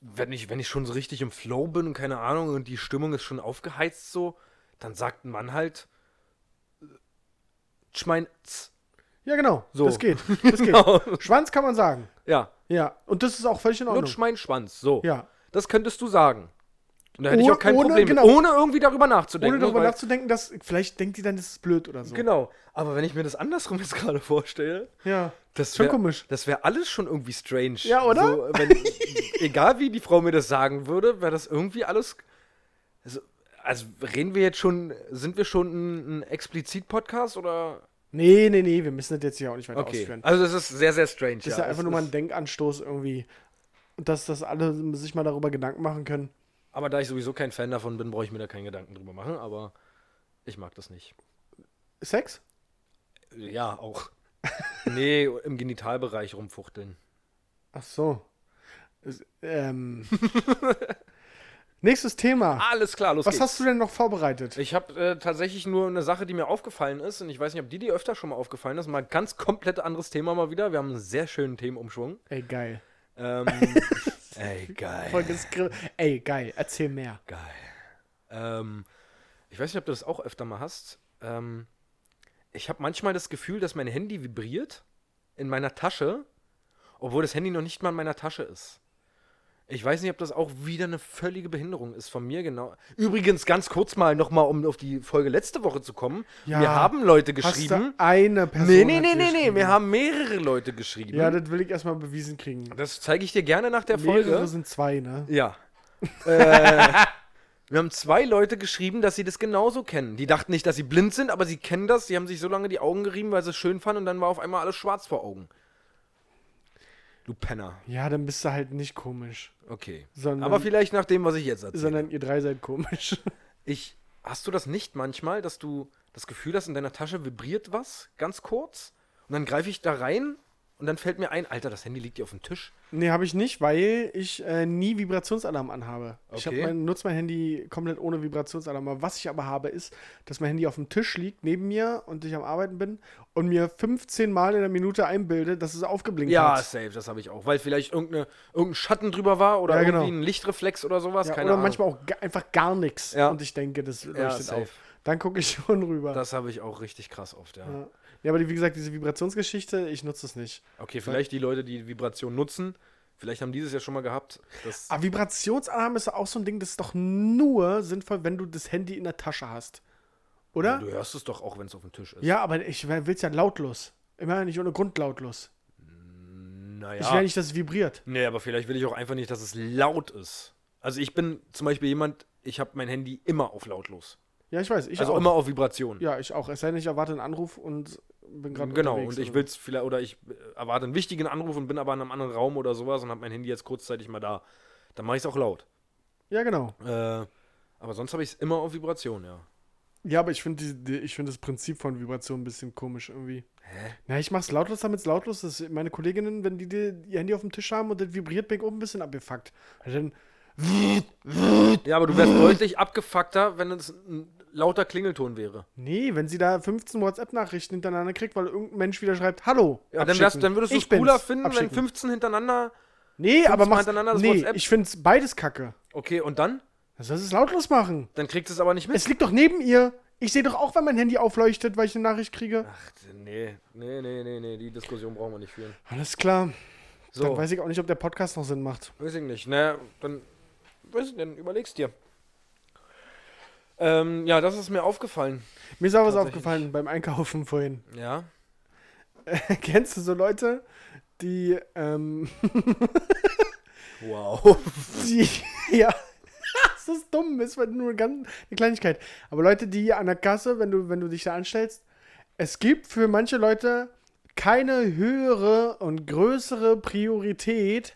wenn ich, wenn ich schon so richtig im Flow bin und keine Ahnung und die Stimmung ist schon aufgeheizt so, dann sagt ein Mann halt. äh, Schmeinz.
Ja, genau.
So.
Das geht. Das geht.
Genau.
Schwanz kann man sagen.
Ja.
Ja. Und das ist auch völlig in Ordnung.
Lutsch meinen Schwanz. So.
Ja.
Das könntest du sagen. Und da hätte ich
Ohne-
auch kein
ohne-
Problem
genau.
mit. Ohne irgendwie darüber nachzudenken.
Ohne darüber
weil-
nachzudenken, dass vielleicht denkt die dann, das ist blöd oder so.
Genau. Aber wenn ich mir das andersrum jetzt gerade vorstelle,
Ja.
das
Schon
wäre
komisch.
Das wäre alles schon irgendwie strange.
Ja, oder?
So, äh, wenn, egal wie die Frau mir das sagen würde, wäre das irgendwie alles. Also, also reden wir jetzt schon, sind wir schon ein, ein explizit Podcast oder?
Nee, nee, nee, wir müssen das jetzt hier auch nicht weiter
Okay.
ausführen.
Also das ist sehr, sehr strange.
Das ist ja, einfach nur mal ein Denkanstoß irgendwie, dass das alle sich mal darüber Gedanken machen können.
Aber da ich sowieso kein Fan davon bin, brauche ich mir da keinen Gedanken drüber machen. Aber ich mag das nicht.
Sex?
Ja, auch. Nee, im Genitalbereich rumfuchteln.
Ach so. Es- Ähm. Nächstes Thema.
Alles klar, Ah, los
Was
geht's.
hast du denn noch vorbereitet?
Ich habe äh, tatsächlich nur eine Sache, die mir aufgefallen ist, und ich weiß nicht, ob die dir öfter schon mal aufgefallen ist. Mal ganz komplett anderes Thema mal wieder. Wir haben einen sehr schönen Themenumschwung.
Ey, geil.
Ähm, ey, geil.
Voll geskri- Ey, geil. Erzähl mehr.
Geil. Ähm, ich weiß nicht, ob du das auch öfter mal hast. Ähm, ich habe manchmal das Gefühl, dass mein Handy vibriert in meiner Tasche, obwohl das Handy noch nicht mal in meiner Tasche ist. Ich weiß nicht, ob das auch wieder eine völlige Behinderung ist von mir, genau. Übrigens, ganz kurz mal nochmal, um auf die Folge letzte Woche zu kommen.
Ja.
Mir haben Leute
Hast
geschrieben.
du eine Person?
Nee, nee,
hat
nee,
dir
nee, nee.
geschrieben?
Mir haben mehrere Leute geschrieben.
Ja, das will ich erstmal bewiesen kriegen.
das zeige ich dir gerne nach der Folge.
Mehrere sind zwei, ne?
Ja. äh, wir haben zwei Leute geschrieben, dass sie das genauso kennen. Die dachten nicht, dass sie blind sind, aber sie kennen das. Sie haben sich so lange die Augen gerieben, weil sie es schön fanden und dann war auf einmal alles schwarz vor Augen. Du Penner.
Ja, dann bist du halt nicht komisch.
Okay.
Sondern-
aber vielleicht nach dem, was ich jetzt erzähle.
Sondern ihr drei seid komisch.
Ich, hast du das nicht manchmal, dass du das Gefühl hast, in deiner Tasche vibriert was, ganz kurz, und dann greife ich da rein und dann fällt mir ein, Alter, das Handy liegt hier auf dem Tisch.
Nee, habe ich nicht, weil ich äh, nie Vibrationsalarm anhabe. Ich hab
Okay.
mein, nutze mein Handy komplett ohne Vibrationsalarm. Aber Was ich aber habe, ist, dass mein Handy auf dem Tisch liegt neben mir und ich am Arbeiten bin und mir 15 Mal in der Minute einbilde, dass es aufgeblinkt
Ja,
hat.
safe, das habe ich auch. Weil vielleicht irgendeine, irgendein Schatten drüber war oder
Ja, genau.
irgendwie ein Lichtreflex oder sowas.
Ja,
keine
oder
Ahnung.
manchmal auch ga- einfach gar nichts.
Ja.
Und ich denke, das leuchtet
safe.
auf. Dann gucke ich schon rüber.
Das habe ich auch richtig krass oft, ja.
ja. ja, aber die, wie gesagt, diese Vibrationsgeschichte, ich nutze es nicht.
Okay, vielleicht die Leute, die Vibration nutzen, vielleicht haben die das ja schon mal gehabt. Das,
Aber Vibrationsalarm ist auch so ein Ding, das ist doch nur sinnvoll, wenn du das Handy in der Tasche hast. Oder?
du hörst es doch auch, wenn es auf dem Tisch ist.
Ja, aber ich will es ja lautlos. Immer nicht ohne Grund lautlos. Ich
Naja.
will ja nicht, dass es vibriert.
nee, aber vielleicht will ich auch einfach nicht, dass es laut ist. Also ich bin zum Beispiel jemand, ich habe mein Handy immer auf lautlos.
Ja, ich weiß. Ich
also
auch.
immer auf Vibration.
Ja, ich auch. Es sei denn, ich erwarte einen Anruf und bin gerade
Genau,
unterwegs also.
und ich
oder
will es vielleicht, oder ich äh, erwarte einen wichtigen Anruf und bin aber in einem anderen Raum oder sowas und habe mein Handy jetzt kurzzeitig mal da. Dann mache ich es auch laut.
so. Ja, genau.
Äh, aber sonst habe ich es immer auf Vibration, ja.
Ja, aber ich finde die, die, ich find das Prinzip von Vibration ein bisschen komisch irgendwie. Hä? Na, ich mach's lautlos, damit es lautlos ist. Meine Kolleginnen, wenn die, die ihr Handy auf dem Tisch haben und das vibriert, bin ich auch ein bisschen abgefuckt. Weil dann,
Ja, aber du wärst deutlich abgefuckter, wenn es ein lauter Klingelton wäre.
nee, wenn sie da 15 WhatsApp-Nachrichten hintereinander kriegt, weil irgendein Mensch wieder schreibt, hallo.
Ja, dann,
abschicken.
wärst, dann würdest du es
Ich bin's.
cooler finden,
Abschicken.
wenn 15 hintereinander.
Nee, aber
Mal
mach's,
hintereinander das
nee,
WhatsApp?
ich find's beides kacke.
Okay, und dann?
Dann sollst du es lautlos machen.
Dann kriegst du es aber nicht mit.
Es liegt doch neben ihr. Ich sehe doch auch, wenn mein Handy aufleuchtet, weil ich eine Nachricht kriege.
Ach, nee, nee, nee, nee, nee, die Diskussion brauchen wir nicht führen.
Alles klar. Dann
So,
weiß ich auch nicht, ob der Podcast noch Sinn macht.
weiß ich nicht, ne? Dann, weiß ich, dann überlegst dir. Ähm, ja, das ist mir aufgefallen.
Mir ist auch was
Tatsächlich.
aufgefallen beim Einkaufen vorhin.
Ja.
Kennst du so Leute, die, ähm,
Wow.
die, ja, das ist dumm, ist weil nur ganz, eine Kleinigkeit. Aber Leute, die an der Kasse, wenn du, wenn du dich da anstellst, es gibt für manche Leute keine höhere und größere Priorität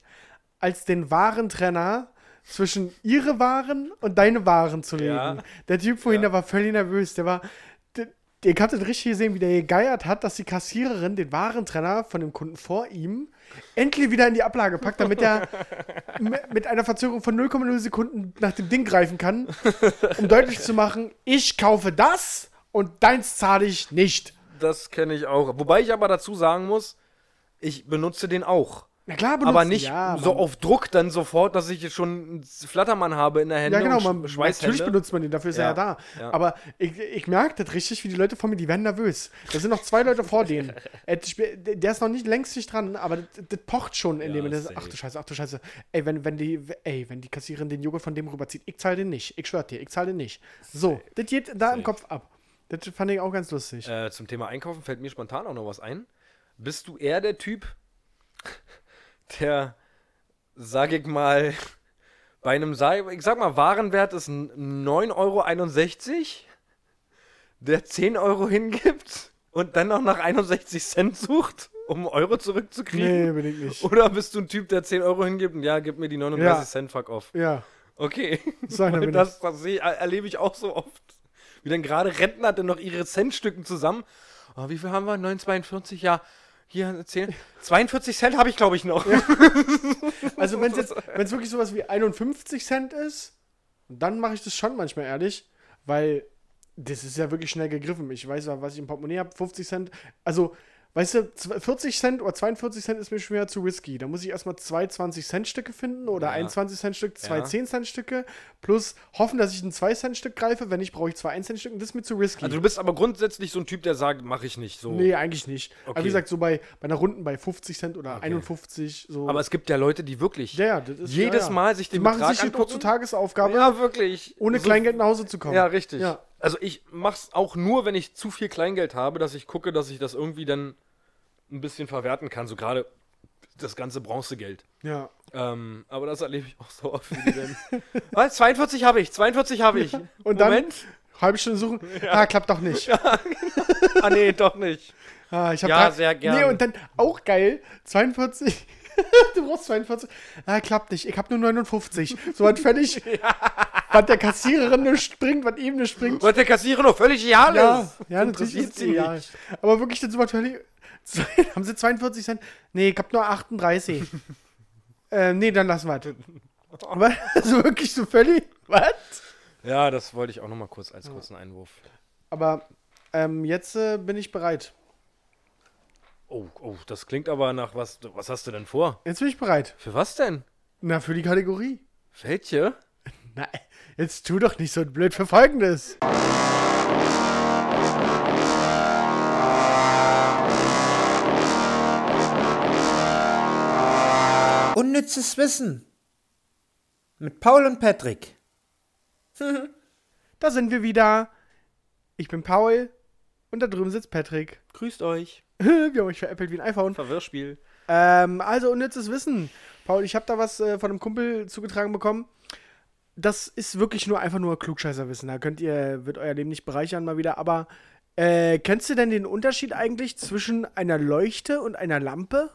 als den Warentrenner zwischen ihre Waren und deine Waren zu legen.
Ja.
Der Typ vorhin, der war völlig nervös. Der war, der, der hat das richtig gesehen, wie der gegeiert hat, dass die Kassiererin den Warentrenner von dem Kunden vor ihm endlich wieder in die Ablage packt, damit er m- mit einer Verzögerung von 0,0 Sekunden nach dem Ding greifen kann, um deutlich zu machen, ich kaufe das und deins zahle ich nicht.
Das kenne ich auch. Wobei ich aber dazu sagen muss, ich benutze den auch.
Na klar, benutzen.
aber nicht
ja,
so
man-
auf Druck dann sofort, dass ich jetzt schon einen Flattermann habe in der Hände.
Ja, genau,
und Sch-
man,
Schweißhände.
natürlich benutzt man den, dafür ist er ja
Ja,
da.
ja.
Aber ich, ich merke das richtig, wie die Leute vor mir, die werden nervös. Da sind noch zwei Leute vor denen. Äh, das Spiel- Der ist noch nicht längst nicht dran, aber das, das pocht schon in
Ja,
dem. Das,
safe.
ach du Scheiße, ach du Scheiße. Ey, wenn, wenn, die, ey, wenn die Kassiererin den Joghurt von dem rüberzieht, ich zahle den nicht. Ich schwör dir, ich zahle den nicht. So, das geht da im Kopf ab. Das fand ich auch ganz lustig.
Äh, zum Thema Einkaufen fällt mir spontan auch noch was ein. Bist du eher der Typ, der, sag ich mal, bei einem, Sa- ich sag mal, Warenwert ist n- 9,61 Euro, der 10 Euro hingibt und dann noch nach 61 Cent sucht, um einen Euro zurückzukriegen?
nee, bin ich nicht.
Oder bist du ein Typ, der 10 Euro hingibt und ja, gib mir die 39
Ja.
Cent, fuck off.
Ja,
Okay.
so einer
Weil
bin ich.
das das sehe, ich- er- erlebe ich auch so oft. Wie dann gerade Rentner dann noch ihre Centstücken zusammen. Oh, wie viel haben wir? 9,42? Ja. Hier, 10, 42 Cent habe ich, glaube ich, noch.
Also wenn es jetzt, wenn es wirklich sowas wie 51 Cent ist, dann mache ich das schon manchmal ehrlich, weil das ist ja wirklich schnell gegriffen. Ich weiß ja, was ich im Portemonnaie habe, 50 Cent. Also, weißt du, zw- 40 Cent oder 42 Cent ist mir schwer zu risky. Da muss ich erstmal zwei 20 Cent Stücke finden oder
Ja.
ein 20 Cent Stück, zwei
Ja.
10 Cent Stücke plus hoffen, dass ich ein 2 Cent Stück greife. Wenn nicht, brauche ich zwei 1 Cent Stücken. Das ist mir zu risky.
Also du bist aber grundsätzlich so ein Typ, der sagt, mache ich nicht so.
Nee, eigentlich nicht. Aber
Okay.
wie gesagt, so bei, bei einer Runden bei 50 Cent oder 51, so.
Aber es gibt ja Leute, die wirklich
ja, ja, das ist,
jedes
ja, ja.
Mal sich
Die
den
machen
Betrag
sich noch
angucken.
zur Tagesaufgabe,
ja, wirklich.
ohne
so,
Kleingeld nach Hause zu kommen.
Ja, richtig.
Ja.
Also ich mach's auch nur, wenn ich zu viel Kleingeld habe, dass ich gucke, dass ich das irgendwie dann ein bisschen verwerten kann. So gerade das ganze Bronzegeld.
Ja.
Ähm, aber das erlebe ich auch so oft. wie die dann- Ah, 42 habe ich, 42 habe ich.
Und
Moment.
dann halbe Stunde suchen. Ah, klappt doch nicht.
Ah, nee, doch nicht.
Ah, ich hab
Ja,
drei-
sehr gerne.
Nee, und dann auch geil, 42. du brauchst 42. Ah, klappt nicht. Ich hab nur 59. So hat völlig, was der Kassiererin nicht springt, was ihm nicht springt.
Wollte der Kassierer noch Oh, völlig egal
Ja,
ist.
ja natürlich ist es egal. Aber wirklich, das war völlig. Haben sie 42 Cent? Nee, ich hab nur 38. äh, nee, dann lassen wir es. Aber also wirklich so völlig. Was?
Ja, das wollte ich auch noch mal kurz als kurzen Einwurf.
Aber ähm, jetzt äh, bin ich bereit.
Oh, oh, das klingt aber nach was. Was hast du denn vor?
Jetzt bin ich bereit.
Für was denn?
Na, für die Kategorie.
Welche?
Na, jetzt tu doch nicht so blöd für Folgendes.
Unnützes Wissen mit Paul und Patrick.
Da sind wir wieder. Ich bin Paul und da drüben sitzt Patrick.
Grüßt euch.
wir haben euch veräppelt wie ein iPhone.
Verwirrspiel.
Ähm, also unnützes Wissen. Paul, ich habe da was äh, von einem Kumpel zugetragen bekommen. Das ist wirklich nur einfach nur Klugscheißerwissen. Da könnt ihr, wird euer Leben nicht bereichern mal wieder. Aber äh, kennst du denn den Unterschied eigentlich zwischen einer Leuchte und einer Lampe?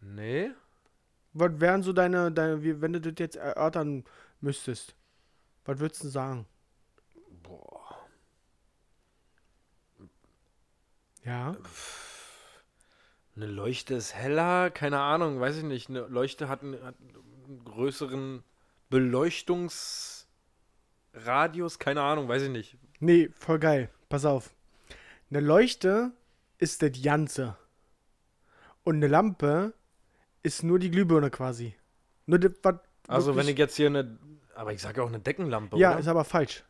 Nee.
Was wären so deine, deine wie- wenn du das jetzt erörtern müsstest? Was würdest du sagen? Boah. Ja.
Eine Leuchte ist heller, keine Ahnung, weiß ich nicht. Eine Leuchte hat einen, hat einen größeren Beleuchtungsradius, keine Ahnung, weiß ich nicht.
Nee, voll geil. Pass auf. Eine Leuchte ist das Ganze. Und eine Lampe ist nur die Glühbirne quasi. Nur das, was.
Also, wenn
wirklich-
ich jetzt hier eine. Aber ich sage auch eine Deckenlampe,
Ja,
oder?
ist aber falsch.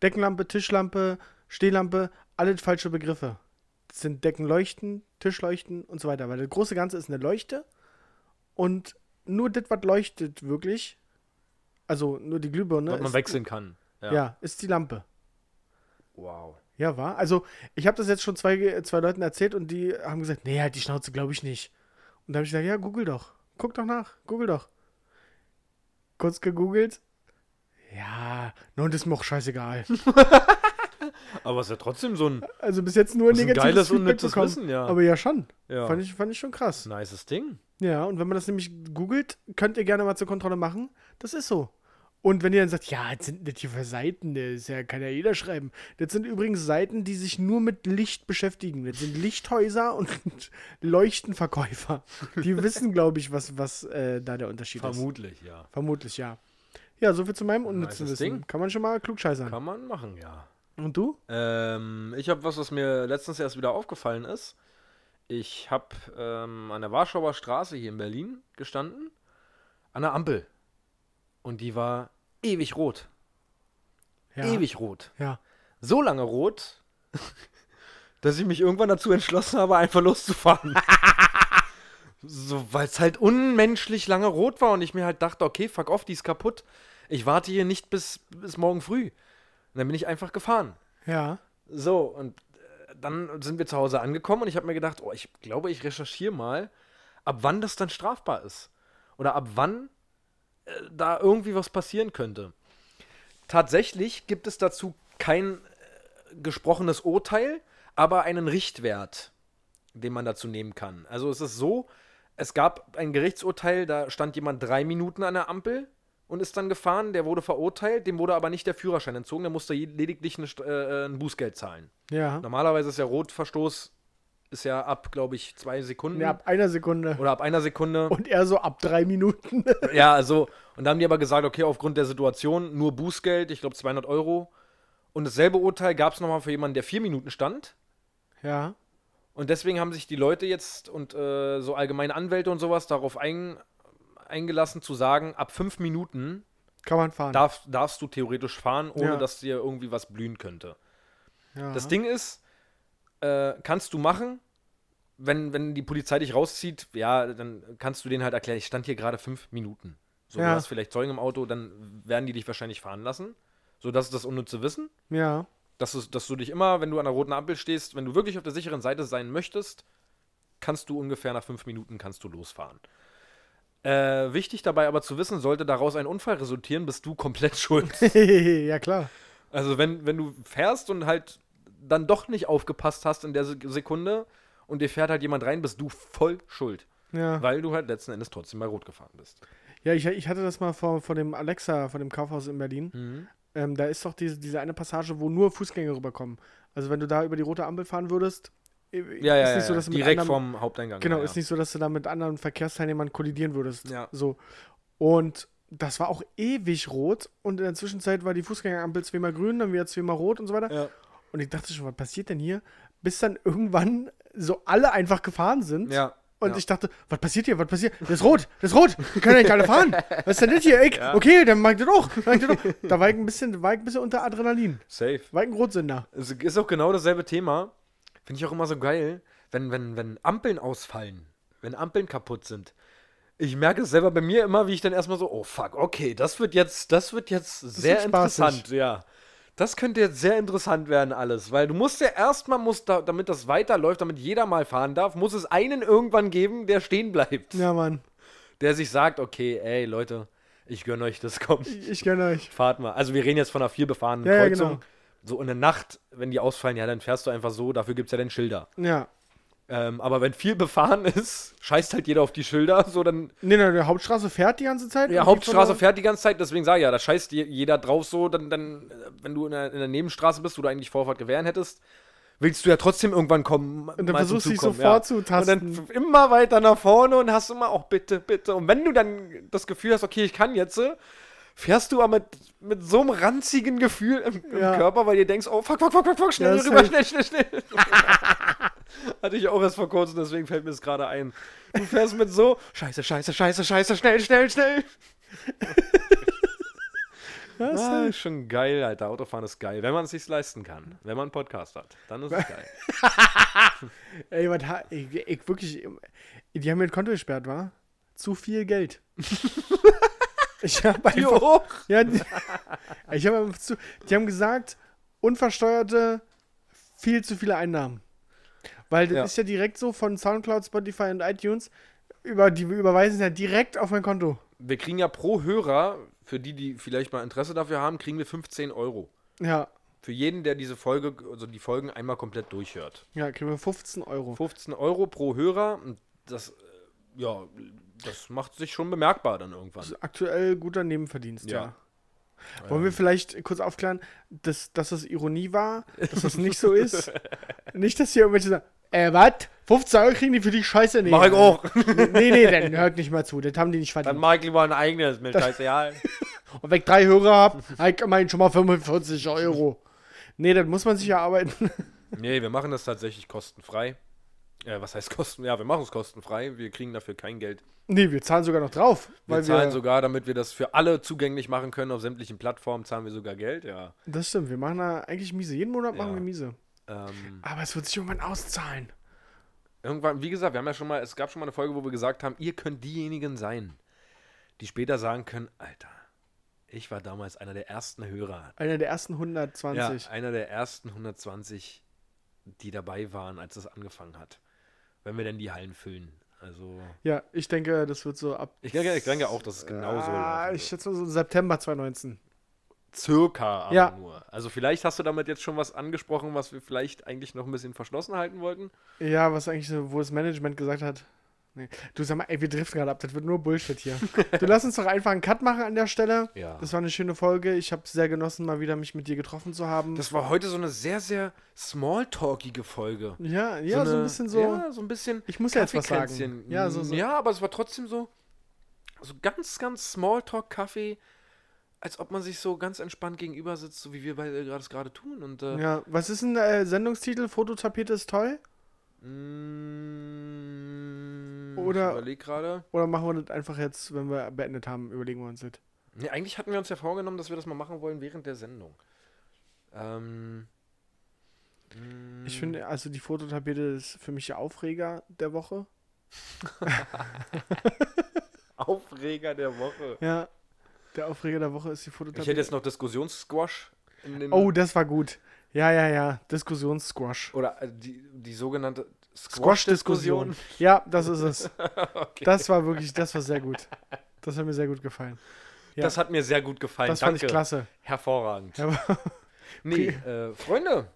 Deckenlampe, Tischlampe, Stehlampe, alles falsche Begriffe. Das sind Deckenleuchten, Tischleuchten und so weiter. Weil das große Ganze ist eine Leuchte und nur das, was leuchtet wirklich, also nur die Glühbirne,
Was man
ist,
wechseln kann. Ja.
ja, ist die Lampe.
Wow.
Ja, war. Also, ich habe das jetzt schon zwei, zwei Leuten erzählt und die haben gesagt, nee, halt die Schnauze, glaube ich nicht. Und da habe ich gesagt, ja, google doch. Guck doch nach. Google doch. Kurz gegoogelt. Ja, nun, das ist mir auch scheißegal.
Aber es ist ja trotzdem so ein
Also bis jetzt nur
Das ist ein
negatives
geiles,
Feedback
unnützes
bekommen.
Wissen, ja.
Aber ja schon.
Ja.
Fand, ich, fand ich schon krass.
nices Ding.
Ja, und wenn man das nämlich googelt, könnt ihr gerne mal zur Kontrolle machen. Das ist so. Und wenn ihr dann sagt, ja, jetzt sind das hier für Seiten, das ja, kann ja jeder schreiben. Das sind übrigens Seiten, die sich nur mit Licht beschäftigen. Das sind Lichthäuser und Leuchtenverkäufer. Die wissen, glaube ich, was, was äh, da der Unterschied ist.
Vermutlich, ja.
Vermutlich, ja. Ja, soviel zu meinem unnützen
Nices
Wissen.
Ding.
Kann man schon mal klugscheißern.
Kann man machen, ja.
Und du?
Ähm, ich habe was, was mir letztens erst wieder aufgefallen ist. Ich habe ähm, an der Warschauer Straße hier in Berlin gestanden, an der Ampel. Und die war ewig rot.
Ja.
Ewig rot.
Ja.
So lange rot, dass ich mich irgendwann dazu entschlossen habe, einfach loszufahren. so, weil es halt unmenschlich lange rot war und ich mir halt dachte, okay, fuck off, die ist kaputt. Ich warte hier nicht bis, bis morgen früh. Und dann bin ich einfach gefahren.
Ja.
So, und äh, dann sind wir zu Hause angekommen und ich habe mir gedacht, oh, ich glaube, ich recherchiere mal, ab wann das dann strafbar ist. Oder ab wann äh, da irgendwie was passieren könnte. Tatsächlich gibt es dazu kein äh, gesprochenes Urteil, aber einen Richtwert, den man dazu nehmen kann. Also es ist so, es gab ein Gerichtsurteil, da stand jemand drei Minuten an der Ampel und ist dann gefahren, der wurde verurteilt, dem wurde aber nicht der Führerschein entzogen, der musste je- lediglich eine, St- äh, ein Bußgeld zahlen.
Ja.
Normalerweise ist ja Rotverstoß ist ja ab, glaube ich, zwei Sekunden
Ja, ab einer Sekunde.
oder ab einer Sekunde.
Und er so ab drei Minuten.
Ja, also, und da haben die aber gesagt, okay, aufgrund der Situation nur Bußgeld, ich glaube 200 Euro. Und dasselbe Urteil gab es nochmal für jemanden, der vier Minuten stand.
ja.
Und deswegen haben sich die Leute jetzt und äh, so allgemeine Anwälte und sowas darauf ein, eingelassen zu sagen, ab fünf Minuten
Kann man fahren.
darf, darfst du theoretisch fahren, ohne
Ja.
dass dir irgendwie was blühen könnte.
ja.
Das Ding ist, äh, kannst du machen, wenn, wenn die Polizei dich rauszieht, ja, dann kannst du denen halt erklären, ich stand hier gerade fünf Minuten. So,
Ja.
du hast vielleicht Zeugen im Auto, dann werden die dich wahrscheinlich fahren lassen. So, das ist das unnütze Wissen.
Ja.
Dass du, dass du dich immer, wenn du an der roten Ampel stehst, wenn du wirklich auf der sicheren Seite sein möchtest, kannst du ungefähr nach fünf Minuten kannst du losfahren. Äh, wichtig dabei aber zu wissen, sollte daraus ein Unfall resultieren, bist du komplett schuld.
ja, klar.
Also wenn, wenn du fährst und halt dann doch nicht aufgepasst hast in der Se- Sekunde und dir fährt halt jemand rein, bist du voll schuld.
Ja.
Weil du halt letzten Endes trotzdem mal rot gefahren bist.
Ja, ich, ich hatte das mal vor, vor dem Alexa, vor dem Kaufhaus in Berlin.
Mhm.
Ähm, da ist doch diese, diese eine Passage, wo nur Fußgänger rüberkommen. Also wenn du da über die rote Ampel fahren würdest, äh,
Ja, ja,
ist
ja,
nicht so,
ja.
dass du mit
direkt
anderen,
vom Haupteingang.
Genau,
ja,
ist nicht so, dass du da mit anderen Verkehrsteilnehmern kollidieren würdest.
Ja.
So. Und das war auch ewig rot. Und in der Zwischenzeit war die Fußgängerampel zweimal grün, dann wieder zweimal rot und so weiter.
Ja.
Und ich dachte schon, was passiert denn hier? Bis dann irgendwann so alle einfach gefahren sind.
Ja,
Und
ja.
ich dachte, was passiert hier? Was passiert? Das ist rot, das ist rot. Wir können ja nicht alle fahren. Was ist denn das hier? Ich, Okay, dann mag ich das auch. dann Mag ich das auch. Da war ich ein bisschen, war ich ein bisschen unter Adrenalin.
Safe.
War ich ein Rotsender.
Es ist auch genau dasselbe Thema. Finde ich auch immer so geil, wenn, wenn, wenn Ampeln ausfallen, wenn Ampeln kaputt sind. Ich merke es selber bei mir immer, wie ich dann erstmal so, oh fuck, okay, das wird jetzt, das wird jetzt sehr
wird spaßig.
interessant, ja. Das könnte jetzt sehr interessant werden, alles, weil du musst ja erstmal, musst da, damit das weiterläuft, damit jeder mal fahren darf, muss es einen irgendwann geben, der stehen bleibt.
Ja, Mann.
Der sich sagt, okay, ey, Leute, ich gönne euch das, kommt.
Ich, ich kenne euch.
Fahrt mal. Also wir reden jetzt von einer vier befahrenen
Ja, ja,
Kreuzung.
genau.
So in der Nacht, wenn die ausfallen, ja, dann fährst du einfach so, dafür gibt es ja dann Schilder.
Ja.
Ähm, aber wenn viel befahren ist, scheißt halt jeder auf die Schilder, so dann,
Nee, nee, die Hauptstraße fährt die ganze Zeit.
ja,
und die
Hauptstraße
von
fährt die ganze Zeit, deswegen sag ich ja, da scheißt je- jeder drauf so, dann, dann äh, wenn du in der, in der Nebenstraße bist, wo du eigentlich Vorfahrt gewähren hättest, willst du ja trotzdem irgendwann kommen. Und
dann versuchst du dich so vorzutasten.
Und dann f- immer weiter nach vorne und hast immer auch bitte, bitte. Und wenn du dann das Gefühl hast, okay, ich kann jetzt, äh, fährst du aber mit, mit so einem ranzigen Gefühl im, im
Ja.
Körper, weil dir denkst, oh, fuck, fuck, fuck, fuck, fuck schnell
Ja,
rüber,
safe.
schnell, schnell, schnell. Hatte ich auch erst vor kurzem, deswegen fällt mir das gerade ein. Du fährst mit so, scheiße, scheiße, scheiße, scheiße, schnell, schnell, schnell.
Ja,
Ah, ist schon geil, Alter. Autofahren ist geil, wenn man es sich leisten kann. Wenn man einen Podcast hat, dann ist es geil.
Ey, was ha ich, ich wirklich. Die haben mir ein Konto gesperrt, war? Zu viel Geld. ich habe einfach.
Jo.
Ja, die, ich habe einfach zu. Die haben gesagt, unversteuerte, viel zu viele Einnahmen. Weil das
Ja.
ist ja direkt so von Soundcloud, Spotify und iTunes. Über, die überweisen ja direkt auf mein Konto.
Wir kriegen ja pro Hörer, für die, die vielleicht mal Interesse dafür haben, kriegen wir 15 Euro.
Ja,
Für jeden, der diese Folge, also die Folgen einmal komplett durchhört.
ja, kriegen wir 15 Euro.
15 Euro pro Hörer und das, äh, ja, das macht sich schon bemerkbar dann irgendwann.
Aktuell guter Nebenverdienst, ja.
Ja.
Wollen wir vielleicht kurz aufklären, dass, dass das Ironie war, dass das nicht so ist? nicht, dass hier irgendwelche sagen, äh, was? 15 Euro kriegen die für die Scheiße? Nee,
Mach ich auch.
Nee, nee, nee, dann hört nicht mal zu, das haben die nicht
Dann
verdient.
mach ich lieber ein eigenes mit Scheiße, ja.
Und wenn ich drei Hörer habe, habe ich immerhin schon mal 45 Euro. Nee, das muss man sich erarbeiten.
Nee, wir machen das tatsächlich kostenfrei. Äh, was heißt kosten? Ja, wir machen es kostenfrei. Wir kriegen dafür kein Geld.
nee, wir zahlen sogar noch drauf.
Wir
Weil wir
zahlen sogar, damit wir das für alle zugänglich machen können auf sämtlichen Plattformen, zahlen wir sogar Geld, ja.
Das stimmt, wir machen da eigentlich miese. Jeden Monat machen
Ja.
wir miese.
Ähm,
Aber es wird sich irgendwann auszahlen.
irgendwann, wie gesagt, wir haben ja schon mal, es gab schon mal eine Folge, wo wir gesagt haben, ihr könnt diejenigen sein, die später sagen können, Alter, ich war damals einer der ersten Hörer.
Einer der ersten
Ja,
120.
einer der ersten 120, die dabei waren, als es angefangen hat. Wenn wir denn die Hallen füllen. Also,
Ja, ich denke, das wird so ab.
ich denke, ich denke auch, dass es genau so
ah,
laufen
ich
wird.
schätze mal so September 2019.
Circa aber
Ja.
nur. Also vielleicht hast du damit jetzt schon was angesprochen, was wir vielleicht eigentlich noch ein bisschen verschlossen halten wollten.
Ja, was eigentlich so, wo das Management gesagt hat, Nee. Du sag mal, ey, wir driften gerade ab, das wird nur Bullshit hier. du lass uns doch einfach einen Cut machen an der Stelle.
Ja.
Das war eine schöne Folge. Ich habe sehr genossen, mal wieder mich mit dir getroffen zu haben.
Das war heute so eine sehr, sehr smalltalkige Folge.
ja, ja, so,
eine-
ein bisschen so.
Ja, so ein bisschen.
Ich muss ja jetzt was sagen.
Kaffeekränzchen.
Ja, so- so.
ja, aber es war trotzdem so, so ganz, ganz Smalltalk-Kaffee, als ob man sich so ganz entspannt gegenüber sitzt, so wie wir beide gerade es gerade tun. Und äh,
Ja, was ist denn der äh, Sendungstitel? Fototapete ist toll?
mh,
Oder-
mm, ich überleg gerade.
Oder machen wir das einfach jetzt, wenn wir beendet haben, überlegen wir uns das.
Nee, eigentlich hatten wir uns ja vorgenommen, dass wir das mal machen wollen während der Sendung. Ähm, Hm.
Ich finde, also die Fototapete ist für mich der Aufreger der Woche.
Aufreger der Woche.
Ja, der Aufreger der Woche ist die
Ich
Fototapete.
hätte jetzt noch Diskussionssquash in den.
oh, das war gut. Ja, ja, ja. Diskussionssquash.
Oder äh, die, die sogenannte
Squash-Diskussion.
Squash-Diskussion.
Ja, das ist es. Das war wirklich, das war sehr gut. Das hat mir sehr gut gefallen. Ja.
Das hat mir sehr gut gefallen.
Das
Danke.
fand ich klasse.
Hervorragend.
Ja,
Nee, äh, Freunde.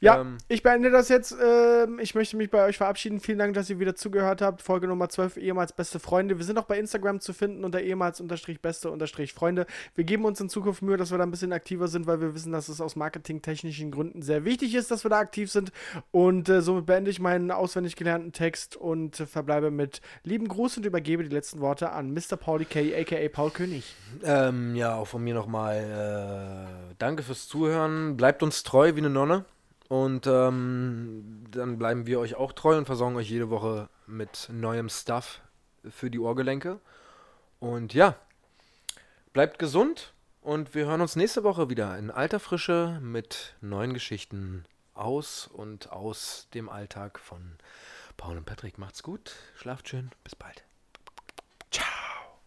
Ja,
Ähm,
ich beende das jetzt. Ähm, ich möchte mich bei euch verabschieden. Vielen Dank, dass ihr wieder zugehört habt. Folge Nummer 12, ehemals beste Freunde. Wir sind auch bei Instagram zu finden unter ehemals unterstrich beste unterstrich Freunde. Wir geben uns in Zukunft Mühe, dass wir da ein bisschen aktiver sind, weil wir wissen, dass es aus marketingtechnischen Gründen sehr wichtig ist, dass wir da aktiv sind. Und äh, somit beende ich meinen auswendig gelernten Text und äh, verbleibe mit lieben Gruß und übergebe die letzten Worte an Mr. Pauli K., a.k.a. Paul König.
ähm, ja, auch von mir nochmal äh, danke fürs Zuhören. Bleibt uns treu wie eine Nonne. Und ähm, dann bleiben wir euch auch treu und versorgen euch jede Woche mit neuem Stuff für die Ohrgelenke. Und ja, bleibt gesund und wir hören uns nächste Woche wieder in alter Frische mit neuen Geschichten aus und aus dem Alltag von Paul und Patrick. Macht's gut, schlaft schön, bis bald.